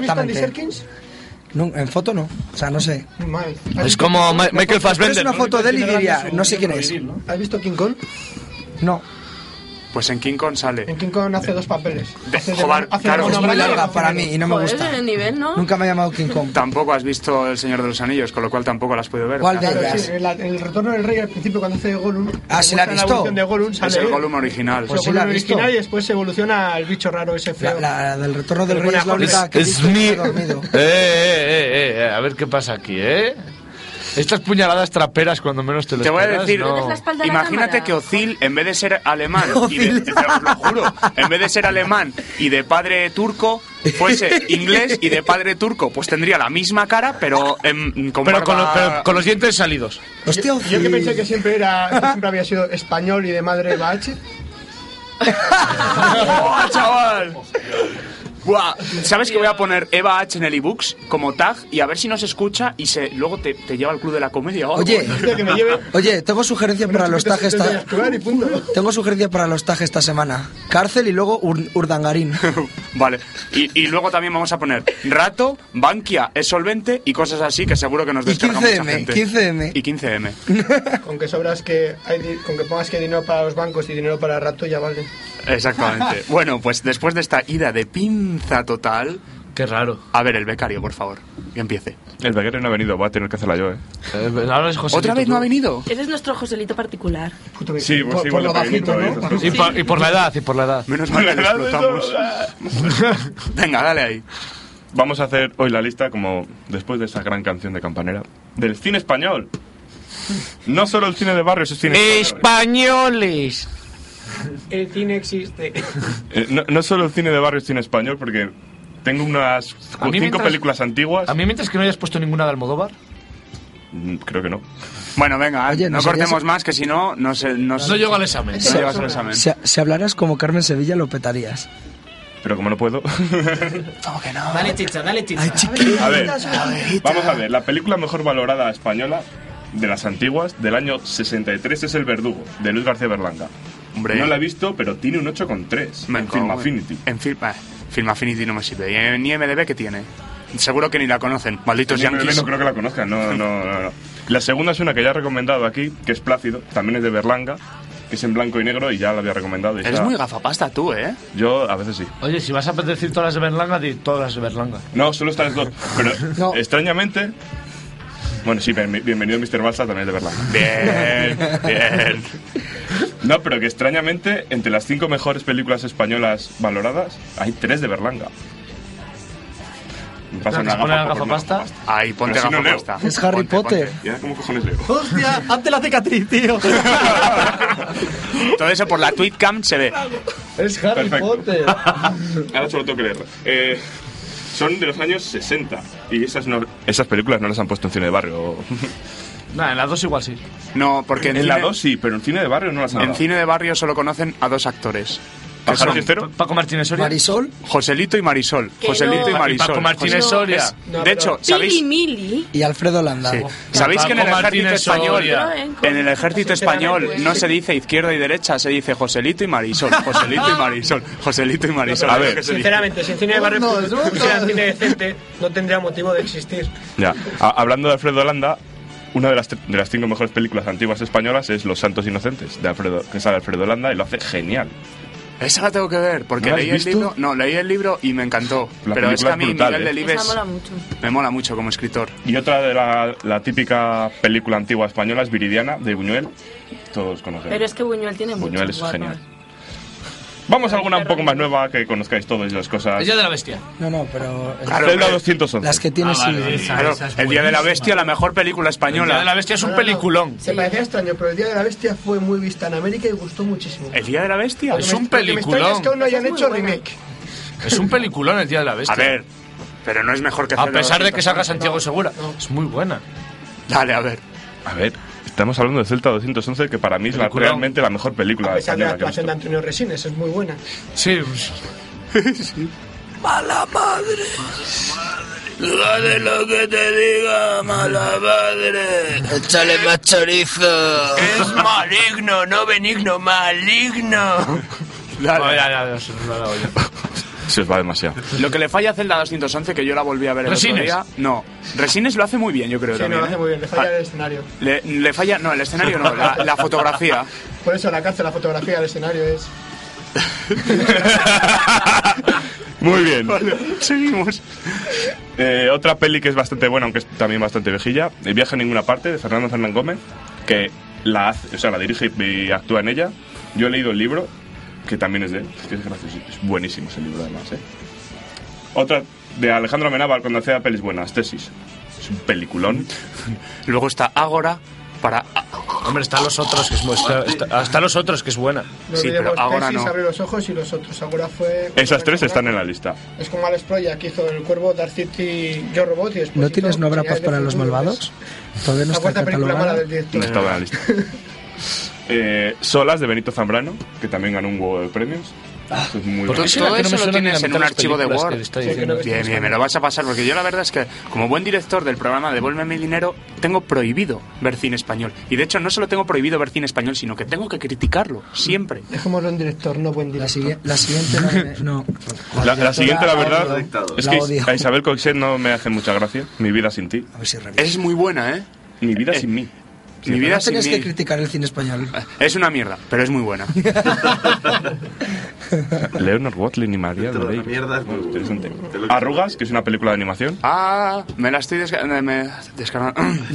No, en foto no. O sea, no sé. Mal. Es como Ma- Michael Es Fassbender. una foto de él y diría, no sé quién es. ¿Has visto King Kong? No. Pues en King Kong sale. En King Kong hace dos papeles. Hace de- Joder, hace claro. de- Es muy larga para mí y no me Joder, en el nivel, ¿no? Nunca me ha llamado King Kong. Tampoco has visto El Señor de los Anillos, con lo cual tampoco las has podido ver. Claro, sí, en la- en el retorno del rey al principio cuando hace de Gollum. Ah, ¿sí la muestra ha visto? evolución de Gollum, sale Es el él. Gollum original. Pues sí, la original y después se evoluciona al bicho raro ese feo. La, del retorno del rey es la única Es- es mi- Eh, eh, eh, eh, a ver qué pasa aquí, ¿eh? Estas puñaladas traperas cuando menos te lo Te voy a esperas, decir, no. imagínate que Ozil, en vez de ser alemán, y de, te lo juro, en vez de ser alemán y de padre turco, fuese inglés y de padre turco, pues tendría la misma cara, pero em, con, Pero con, lo- barba- pero con los dientes salidos. Hostia, Yo que pensé que siempre era, que siempre había sido español y de madre bache. ¡Buah, chaval! Buah, ¿Sabes que voy a poner Eva H en el ebooks como tag y a ver si nos escucha y se luego te, te lleva al club de la comedia? Oh, o algo? Oye, oye, tengo sugerencia para los chiquitos tajes intentan esta... Tengo sugerencia para los tajes esta semana. Cárcel y luego Ur- Urdangarín. Vale, y, y luego también vamos a poner Rato, Bankia es solvente y cosas así que seguro que nos descargamos 15M, Y 15M. Con que sobras que hay di- con que pongas que hay dinero para los bancos y dinero para rato ya vale. Exactamente. bueno, pues después de esta ida de pinza total. Qué raro. A ver, el becario, por favor, que empiece. El becario no ha venido, va a tener que hacerla yo, ¿eh? pues Ahora es José ¿Otra vez no ha venido? Eres nuestro Joselito particular. Sí, pues Por- igual de por lo pequeñito, bajito, ¿eh? ¿no? Y por- y por la edad, y por la edad. Menos mal que lo explotamos. Venga, dale ahí. Vamos a hacer hoy la lista, como después de esa gran canción de campanera, del cine español. No solo el cine de barrio, es cine español. ¿eh? Españoles. El cine existe. Eh, no, no solo el cine de barrio es cine español, porque tengo unas A cinco mí mientras- películas antiguas. A mí mientras que no hayas puesto ninguna de Almodóvar. Mm, Creo que no. Bueno, venga, no, ¿no sería cortemos eso? más, que si no, no se. No, No llego al examen. No llegas al examen. Si, si hablaras como Carmen Sevilla, lo petarías. Pero como no puedo. Dale chicha, dale chicha. A ver, vamos a ver. La película mejor valorada española de las antiguas del año 63 es El Verdugo, de Luis García Berlanga. Hombre. No la he visto, pero tiene un 8,3 Me en cago Film Affinity. En Film, eh, Film Affinity no me sirve. ¿Y en IMDB qué tiene? Seguro que ni la conocen. Malditos En IMDb yankees. no creo que la conozcan, no, no, no, no. La segunda es una que ya he recomendado aquí, que es Plácido, también es de Berlanga, que es en blanco y negro y ya la había recomendado. y Eres está- muy gafapasta tú, ¿eh? Yo a veces sí. Oye, si vas a decir todas las de Berlanga, di todas las de Berlanga. No, solo están las dos. Pero extrañamente. Bueno, sí, bien- bienvenido Mr. Balsa también de verdad. Bien, bien. No, pero que extrañamente, entre las cinco mejores películas españolas valoradas, hay tres de Berlanga. Me pasa una gafa por una gafa. Ahí, ponte Pero si no leo. gafapasta. Es Harry Potter. ¿Y ahora cómo cojones leo? ¡Hostia! ¡Hazte la cicatriz, tío! Todo eso por la tweetcam se ve. Es Harry Perfecto. Potter. Ahora solo tengo que leer. Eh, son de los años 60 y esas, no- esas películas no las han puesto en cine de barrio. Nah, en las dos igual sí. No, porque en, en la cine- 2 sí, pero en cine de barrio no las han En dado. cine de barrio solo conocen a dos actores. que ¿Pájaro son Fiestero? Paco Martínez Soria. Marisol. Joselito y Marisol. Que Joselito no. y Marisol. Y Paco Martínez José- Soria. es- No, de pero- hecho, ¿sabéis, Pili Mili. Y Alfredo Landa. ¿sabéis que en el Paco ejército Martínez español, Soria. en el ejército español no se dice izquierda y derecha, se dice Joselito y Marisol, Joselito y Marisol, Joselito y Marisol. A ver. Sinceramente, si el cine de barrio No, pu- no, pusiera no. cine decente, no tendría motivo de existir. Ya. A- hablando de Alfredo Holanda, una de las, tre- de las cinco mejores películas antiguas españolas es Los Santos Inocentes, de Alfredo, que sale Alfredo Holanda y lo hace genial. Esa la tengo que ver, porque ¿No la has leí el visto? libro, no, leí el libro y me encantó, La pero es que película a mí es brutal, Miguel ¿eh? Delibes Esa mola mucho. me mola mucho como escritor. Y otra de la, la típica película antigua española es Viridiana, de Buñuel. Todos conocemos. Pero es que Buñuel tiene mucho. Buñuel es genial. Vamos a alguna un poco más nueva que conozcáis todos y las cosas. Ella de la bestia. No, no, pero. Celda 211. Las que tiene Ah, vale, Silvia. esa, Claro, esa es el Día de la buenísima. Bestia, la mejor película El Día de la española. bestia es un No, no, no. peliculón. Se parecía extraño, pero el Día de la Bestia fue muy vista en América y gustó muchísimo. ¿El Día de la Bestia? Es un Lo que me extraña es peliculón. que aún no hayan Esa es muy hecho buena. remake. Es un peliculón el Día de la bestia. A ver, pero no es mejor que A Celda pesar de que 211. salga Santiago Segura. Es muy buena. Dale, a ver. A ver, estamos hablando de Celta 211, que para mí es la- Peliculón. realmente la mejor película A pesar de la española que he actuación de visto. Antonio Resines, es muy buena. Sí. pues, ¡Mala madre! ¡Dale lo que te diga, mala madre! ¡Échale más chorizo! ¡Es maligno, no benigno, maligno! No, ya, Dale. ya, ya, no la oigo. Se os va demasiado. Lo que le falla a Zelda 211, que yo la volví a ver el Resines. otro día. No, Resines lo hace muy bien, yo creo. Sí, no, también, lo ¿eh? hace muy bien, le falla el escenario. Le, le falla, no, el escenario no, la, la fotografía. Por eso la cárcel, la fotografía del escenario es... Muy bien. Bueno, seguimos. Eh, otra peli que es bastante buena, aunque es también bastante vejilla, El viaje a ninguna parte, de Fernando Fernán Gómez, que la hace, o sea, la dirige y actúa en ella. Yo he leído el libro, que también es de él, que es gracioso, es buenísimo ese libro además, ¿eh? Otra de Alejandro Amenábar cuando hacía pelis buenas, Tesis. Es un peliculón. Luego está Ágora para. Ah, Hombre, están los otros que es bu- está- está- está los otros que es buena. No Sí, pero olvidemos ahora Tesis, no. Abre los ojos y los otros. Ahora fue... Esas tres están en la lista. Es como Alex Proya que hizo El Cuervo, Dark City, Yo Robot y después ¿No hizo tienes No habrá Señales paz de para los Futuro, malvados? Todavía es no La está cuarta película mala catalogada. del director. No estaba en la lista. Eh, Solas de Benito Zambrano, que también ganó un huevo de premios. Ah, Esto es muy Todo bueno. qué será que no me eso lo suena ni la tienes mitad en un de las archivo de películas Word. que le estoy Sí, que no diciendo? ves Bien, bien, me lo vas a pasar porque yo la verdad es que como buen director del programa Devuelve mi dinero tengo prohibido ver cine español. Y de hecho no solo tengo prohibido ver cine español, sino que tengo que criticarlo, siempre. Dejémoslo en director, no buen La, director. sigui- la siguiente. No. La, la siguiente, la verdad, es La que odio. a Isabel Coixet no me hace mucha gracia. Mi vida sin ti. A ver si reviso. Es muy buena, ¿eh? Mi vida Eh, sin mí. Mi vida no sin tenías mí. que criticar el cine español. Es una mierda, pero es muy buena. Leonard Watling y María Dentro de la Grey. Interesante. Arrugas, que es una película de animación. Ah, me la estoy desca- eh, me- descargando.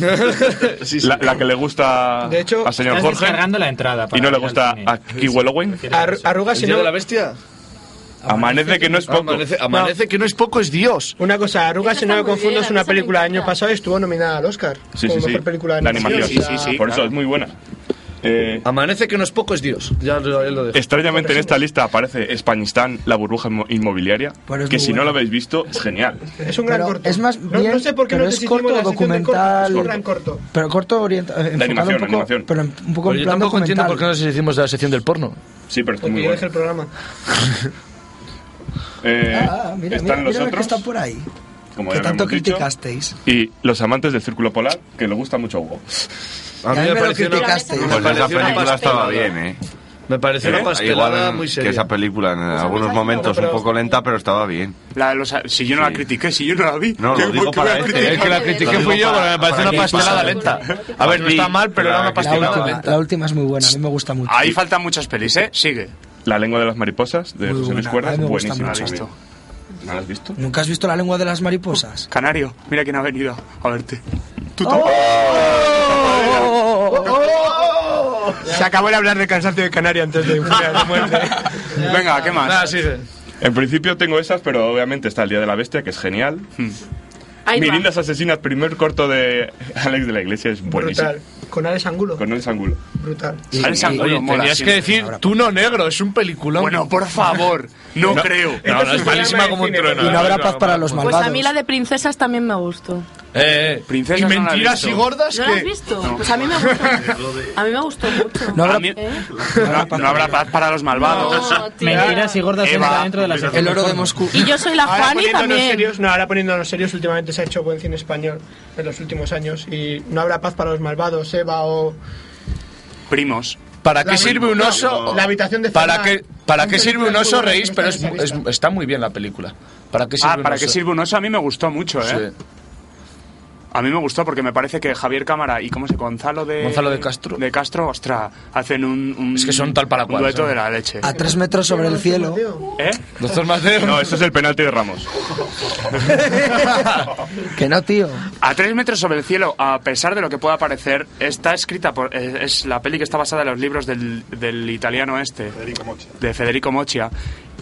La, la que le gusta De hecho, al señor estás Jorge. descargando la entrada. Y no le gusta a Kiwi Owen. arrugas y ¿El día no. de la bestia? Amanece que no es poco. Amanece- amanece que no es poco, es Dios. Una cosa, Arrugas, si no me confundo, es una película del año pasado y estuvo nominada al Oscar. Sí, como sí, sí. mejor película de La animación. animación. o sea, Por eso es muy buena. Eh, Amanece que no es poco, es Dios. Ya lo, ya lo dejo. Extrañamente en esta lista aparece Españistán, la burbuja inmo- inmobiliaria, Pero es que muy si buena. no lo habéis visto, es genial. Es un gran Pero corto. Es más No- bien- no sé por qué pero nos es hicimos corto la sección de cortos, documental. Es un gran corto. Pero corto orienta, eh, enfocado animación, un poco, animación. pero en- un poco Pero en yo plan tampoco entiendo documental. por qué no nos hicimos de la sección del porno. Sí, pero está Porque yo dejé el programa. Eh, Ah, mira, mira, están los mira lo que otros, está por ahí. como que ya tanto hemos dicho, criticasteis. y los amantes del círculo polar, que le gusta mucho a Hugo. A mí Y a mí me me lo pareció una- criticaste. Pues esa película estaba bien, ¿eh? Me pareció una pastelada Igual muy que seria. esa película en algunos mensaje, momentos pero- un poco lenta, pero estaba bien. La de los- si yo no la critiqué, si yo no la vi. No, lo ¿por digo qué voy a para este, criticar? es que la critiqué Lo digo fui yo, para- pero me pareció para una que- pastelada para- lenta. A ver, no está mal, pero era una la, pastelada última, lenta. la última es muy buena, a mí me gusta mucho. Ahí faltan muchas pelis, ¿eh? Sigue. La lengua de las mariposas, de Muy José Luis buena, Cuerdas, a mí Pues me gusta buenísima. ¿eh? mucho. también. ¿No la has visto? ¿Nunca has visto la lengua de las mariposas? Canario, mira quién ha venido a verte. Se acabó de hablar de cansancio de Canaria antes de Furia de muerte. Venga, ¿qué más? Nada, sigue. En principio tengo esas, pero obviamente está El Día de la Bestia, que es genial. Ahí va. Mirindas Asesinas, primer corto de Alex de la Iglesia, es buenísimo. Brutal. Con Alex Angulo. Con Alex Angulo. Brutal. Alex Angulo Oye, mola tenías que siempre, decir tú no negro, es un peliculón. Bueno, por favor, no creo. No, no, es malísima como un trueno. Y no habrá paz para los Pues a malvados. mí la de princesas también me gustó. Eh, princesa y mentiras y gordas ¿No que... la has visto? Pues a mí me gustó. A mí me gustó mucho. No habrá- ¿Eh? No, no habrá paz para los malvados. No, tío. Mentiras y gordas Eva, entra dentro de la sección El oro del de porno. Moscú. Y yo soy la Ahora Fanny poniéndonos también. serios, no, ahora poniéndonos serios, últimamente se ha hecho buen cine español en los últimos años y no habrá paz para los malvados, Eva o... Primos. ¿Para La qué sirve un no, oso? la habitación de ¿Para Fernan. qué, para qué Un sirve un película oso? muy buena Reís, que pero no es, está en esa es- lista. está muy bien la película. ¿Para qué sirve Ah, un ¿para oso? qué sirve un oso? A mí me gustó mucho, ¿eh? Sí. A mí me gustó porque me parece que Javier Cámara y cómo se Gonzalo de Gonzalo de Castro. de Castro, ostras, hacen un, un- Es que son tal para un cual, dueto son. de la leche. A tres metros sobre el cielo. ¿Eh? Doctor Pues Mateo. No, eso es el penalti de Ramos. Que no, tío. A tres metros sobre el cielo, a pesar de lo que pueda parecer, está escrita por eh, es la peli que está basada en los libros del, del italiano este, de Federico Moccia,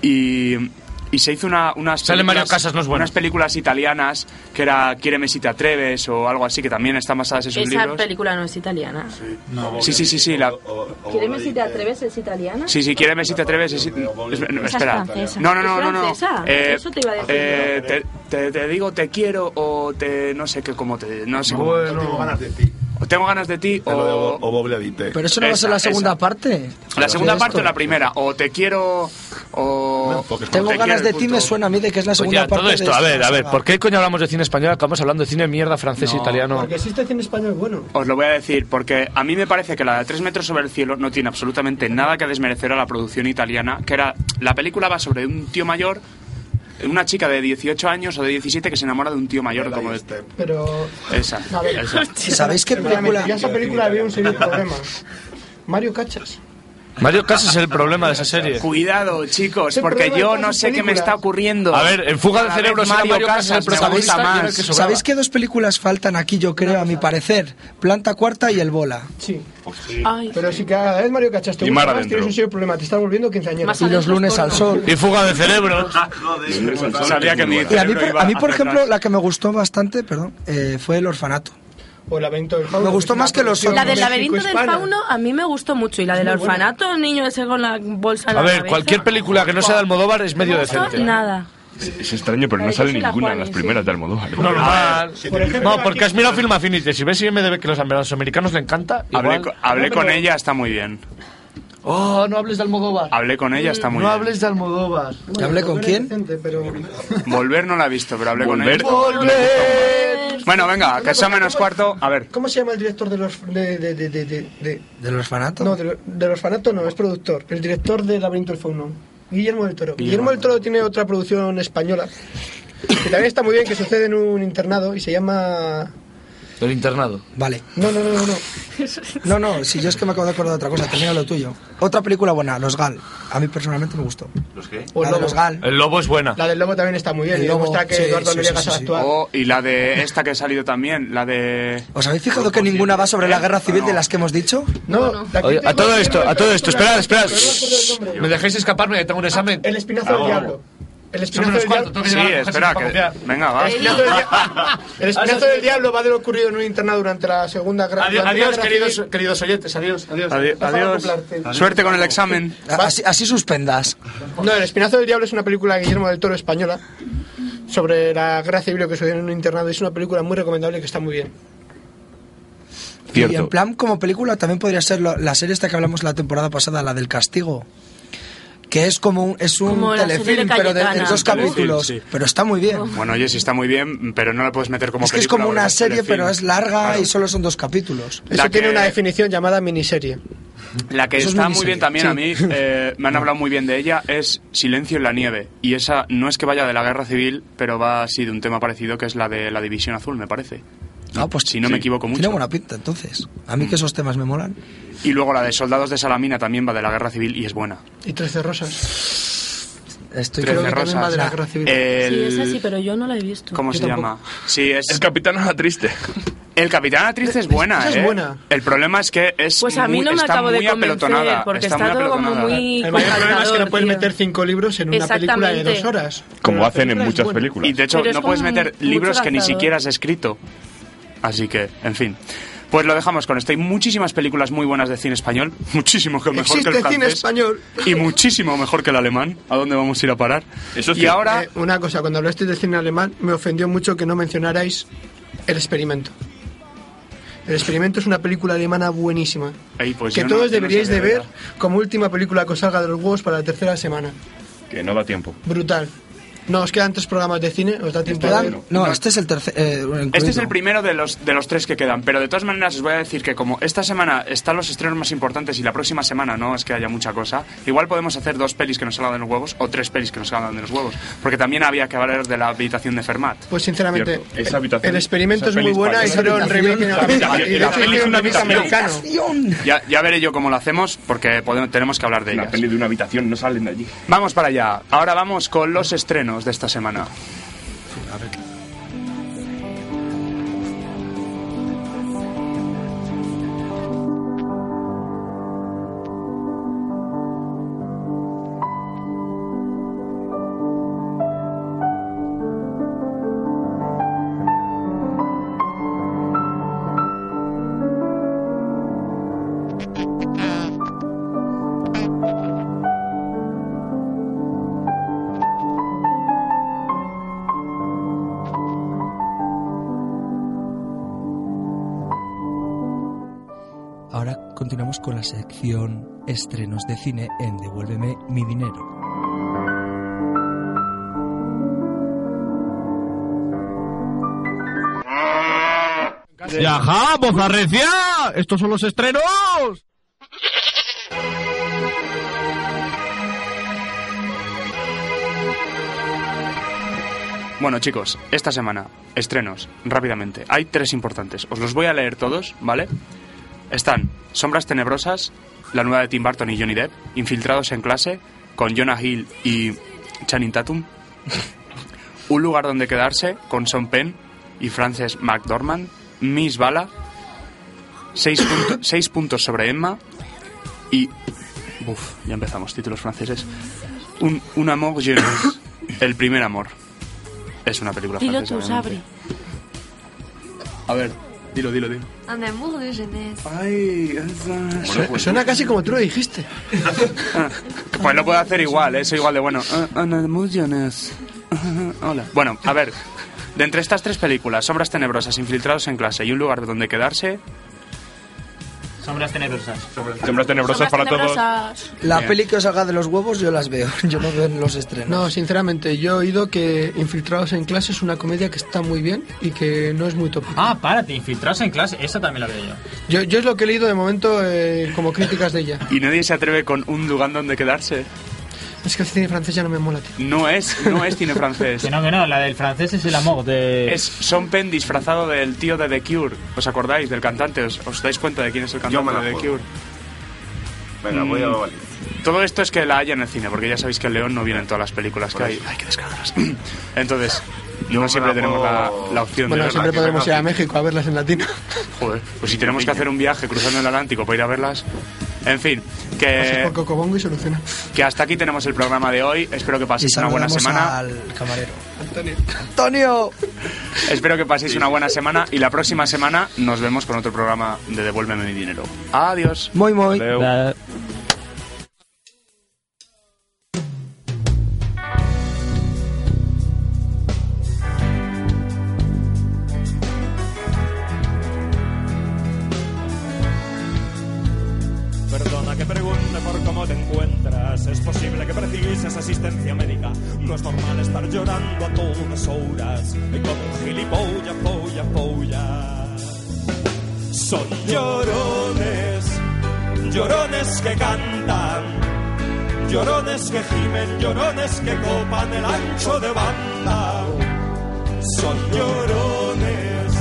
y, y se hizo una unas Sale Mario películas- Casas, no es bueno. unas películas italianas que era Quiéreme si te atreves o algo así que también están basadas en sus Esa libros. película no es italiana. Sí, sí, sí, sí, la, ¿Quieres si te atreves? ¿Es italiana? Sí, sí, quiéreme si te atreves. es- es- no, Esa es espera. francesa. No, no, no, ¿Es no. no. francesa? Eso te iba a decir. eh, te, te- te digo te quiero o te. No sé qué, cómo te. No sé cómo. Tengo ganas de ti. O tengo ganas de ti Lo de Bo- o. o Bob Leadite. Pero eso no va a ser la Esa, segunda esa. parte. La segunda parte o Esto. la primera. O te quiero o. Tengo o te ganas quiero, de ti, me suena a mí de que es la segunda Oye, parte. Pues todo esto, de a ver, esta a ver, saga. ¿por qué coño hablamos de cine español? Acabamos hablando de cine mierda francés e italiano. Porque existe cine español bueno. Os lo voy a decir porque a mí me parece que la de Tres metros sobre el cielo no tiene absolutamente nada que desmerecer a la producción italiana, que era la película va sobre un tío mayor, una chica de 18 años o de 17 que se enamora de un tío mayor como de Pero... esa. A ver, esa. ¿Sabéis qué película? Ya esa película había un serio problema. Mario Cachas. Mario Casas es el problema de esa serie. Cuidado, chicos, Ese porque problema yo de no esas sé qué me películas. está ocurriendo. A ver, en Fuga de Cada vez Cerebros era Mario Casas el me protagonista, gusta yo más. creo que sobraba. ¿Sabéis qué dos películas faltan aquí, yo creo, a mi parecer? Planta Cuarta y El Bola. Sí. Pero si cada vez Mario Cachas te Y gusta Mar más, adentro. tienes un serio problema. Te estás volviendo quinceañero. Más Y los adentro lunes es al porno. sol. Y fuga de cerebros. Sabía que mi Y a mí, cerebro por- iba a mí, por hacia ejemplo, atrás. la que me gustó bastante, perdón, eh, fue El Orfanato. O el laberinto del fauno. Me gustó más que los La del otros. laberinto del hispana. fauno a mí me gustó mucho. Y la del muy buena. orfanato, el niño ese con la bolsa en A la ver, cabeza. cualquier película que no sea de Almodóvar es medio No me gustó decente. Nada. Es extraño, pero no Yo sale soy la ninguna de Juani, las primeras de Almodóvar. Normal. Por ejemplo, no, porque has mirado Film Affinity. Si ves IMDB que los a los americanos le encanta, Hablé, igual- co- hablé No, con pero- ella, está muy bien. Oh, no hables de Almodóvar. Hablé con ella, está muy No bien. hables de Almodóvar. hablé con quién? Volver no la he visto, pero hablé Volver. con ella. Bueno, venga, que sea menos cuarto. A ver, ¿Cómo se llama el director de los... De, de, de, de, de- de- ¿Del Orfanato? No, de, lo- de los fanatos no, es productor. El director de Laberinto del Fauno. Guillermo del Toro. Guillermo del Toro tiene otra producción española que también está muy bien, que sucede en un internado y se llama... Del internado. Vale. No, no, no, no, no. No, no, si yo es que me acabo de acordar de otra cosa, termina lo tuyo. Otra película buena, Los Gal. A mí personalmente me gustó. ¿Los qué? La de los Gal. El lobo es buena. La del lobo también está muy bien. El y demuestra lobo, que sí, Eduardo sí, Noriega sí, sabe sí. actuar. Oh, y la de esta que ha salido también, la de... ¿Os habéis fijado pues que ninguna va ¿Eh? sobre la guerra civil de las que hemos dicho? No, Oye, a todo esto, a todo esto, esperad, esperad. nombre. ¿Me dejáis escaparme? Que tengo un examen. El espinazo del Ah, diablo. El espinazo Son unos del diablo. cuantos, tengo que Sí, llegar a la espera, casa para que- copiar. venga, va. El espinazo del, dia- el espinazo del diablo va de lo ocurrido en un internado durante la Segunda Guerra Adiós, durante la adiós, Guerra queridos, Civil. queridos oyentes, adiós, adiós. Adiós. Por favor, acoplarte. Suerte con el examen. Así, así suspendas. No, El Espinazo del Diablo es una película de Guillermo del Toro española sobre la guerra civil que sucedió en un internado. Es una película muy recomendable que está muy bien. Y en plan, como película, también podría ser lo- la serie esta que hablamos la temporada pasada, la del castigo. Que es como un, es un Como la serie de telefilm, pero de, en Cayetana. dos capítulos. Telefilm, sí. Pero está muy bien. Bueno, oye, sí está muy bien, pero no la puedes meter como es que es película, como una porque serie, telefilm. pero es larga Claro. y solo son dos capítulos. La Eso tiene que- una definición llamada miniserie. La que Eso es está muy miniserie. bien también a Sí. mí, eh, me han hablado muy bien de ella, es Silencio en la nieve. Y esa no es que vaya de la guerra civil, pero va así de un tema parecido que es la de la División Azul, me parece. Ah, pues si no me equivoco mucho. Tiene buena pinta, entonces. A mí que esos temas me molan. Y luego la de Soldados de Salamina también va de la guerra civil y es buena. Y Trece Rosas. Estoy Trece creo que también Rosas. va de la guerra civil. El- Sí, esa sí, pero yo no la he visto. ¿Cómo Yo se tampoco. llama? Sí, es... El Capitán a la Triste. El Capitán a la Triste es buena, Esa es ¿eh? buena. El problema es que es Pues a mí muy- no me está acabo de muy convencer, apelotonada, porque está, está muy todo como apelotonada. muy- El mayor problema es que no Encantador, puedes tío. meter cinco libros en una película de dos Exactamente. horas. Como hacen en película es muchas buena. películas. Y de hecho Pero es no puedes como meter mucho libros que ni lanzador. siquiera has escrito. Así que, en fin. Pues lo dejamos con esto. Hay muchísimas películas muy buenas de cine español, muchísimo que mejor que Existe el cine francés español. y muchísimo mejor que el alemán. ¿A dónde vamos a ir a parar? y ahora Eh, una cosa, cuando hablasteis del cine alemán, me ofendió mucho que no mencionarais El Experimento. El Experimento es una película alemana buenísima. Ey, pues que yo no- todos yo no deberíais sabía de ver nada. como última película que os salga de los huevos para la tercera semana. Que no da tiempo. Brutal. No, os quedan tres programas de cine, os da tiempo ¿Te a dan? ver. No, este es el tercer. eh, Este es incluido. el primero de los, de los tres que quedan, pero de todas maneras os voy a decir que como esta semana están los estrenos más importantes y la próxima semana no es que haya mucha cosa, igual podemos hacer dos pelis que nos salgan de los huevos o tres pelis que nos salgan de los huevos, porque también había que hablar de la habitación de Fermat. Pues sinceramente, Cierto. Esa habitación- el experimento esa es muy peli ¿eh? buena, hicieron española. Esa habitación- remake en la habitación- y de la hecho peli es hicieron una remake habitación. americano. Ya, ya veré yo cómo lo hacemos porque podemos- tenemos que hablar de ellas. La peli de una habitación no salen de allí. Vamos para allá. Ahora vamos con los estrenos de esta semana. Ahora continuamos con la sección estrenos de cine en Devuélveme mi dinero. Y ajá, voz recia, estos son los estrenos. Bueno, chicos, esta semana, estrenos, rápidamente. Hay tres importantes. Os los voy a leer todos, ¿vale? Están Sombras Tenebrosas, la nueva de Tim Burton y Johnny Depp, Infiltrados en clase, con Jonah Hill y Channing Tatum, Un lugar donde quedarse, con Sean Penn y Frances McDormand, Miss Bala, seis, punto- seis puntos sobre Emma y... Uf, ya empezamos, títulos franceses. Un, un amor jeunesse, el primer amor. Es una película Dilo francesa. tú, obviamente. Sabri. A ver, dilo, dilo, dilo. Un amour de jeunesse. Ay, Su- Suena casi como tú lo dijiste. Pues lo puedo hacer igual, eso igual de bueno. Ah, Ana de Mullones. Ah, Hola. Bueno, a ver. De entre estas tres películas, Sombras Tenebrosas, Infiltrados en clase y Un lugar donde quedarse... Sombras tenebrosas. Sombras tenebrosas para todos. La Bien. peli que os salga de los huevos yo las veo, yo no veo los estrenos. No, sinceramente, yo he oído que Infiltrados en clase es una comedia que está muy bien y que no es muy tópica. Ah, párate, infiltrados en clase. Esa también la veo yo. Ah. Yo, yo es lo que he leído de momento eh, como críticas de ella. Y nadie se atreve con Un lugar donde quedarse. Es que el cine francés ya no me mola, tío. No es, no es cine francés. Que no, que no, la del francés es el amor de... Es Son Penn disfrazado del tío de The Cure. ¿Os acordáis del cantante? ¿Os, os dais cuenta de quién es el me cantante la de The juego. Cure? Venga, voy a Mm, Valencia. Todo esto es que la haya en el cine, porque ya sabéis que el león no viene en todas las películas que hay. Hay que descargarlas. Entonces, no siempre tenemos la, la opción Bueno, de verla. siempre podemos ir a México a verlas en latino. Joder, pues si tenemos que hacer un viaje cruzando el Atlántico para ir a verlas. En fin, Pasas que, por Cocobongo y soluciona. que hasta aquí tenemos el programa de hoy. Espero que Y paséis una buena saludamos semana. al camarero. Antonio. ¡Antonio! Espero que paséis una buena semana y la próxima semana nos vemos con otro programa de Devuélveme mi dinero. Adiós. Muy, muy. Perdona que pregunte por cómo te encuentras. Es posible que precises asistencia médica. No es normal estar llorando a todas horas. Y como un gilipollas, polla, polla. Son llorones, llorones que cantan. Llorones que gimen, llorones que copan el ancho de banda. Son llorones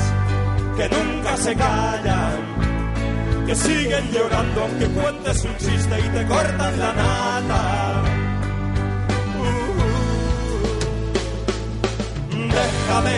que nunca se callan que siguen llorando aunque cuentes un chiste y te cortan la nata. Uh, uh, uh. Déjame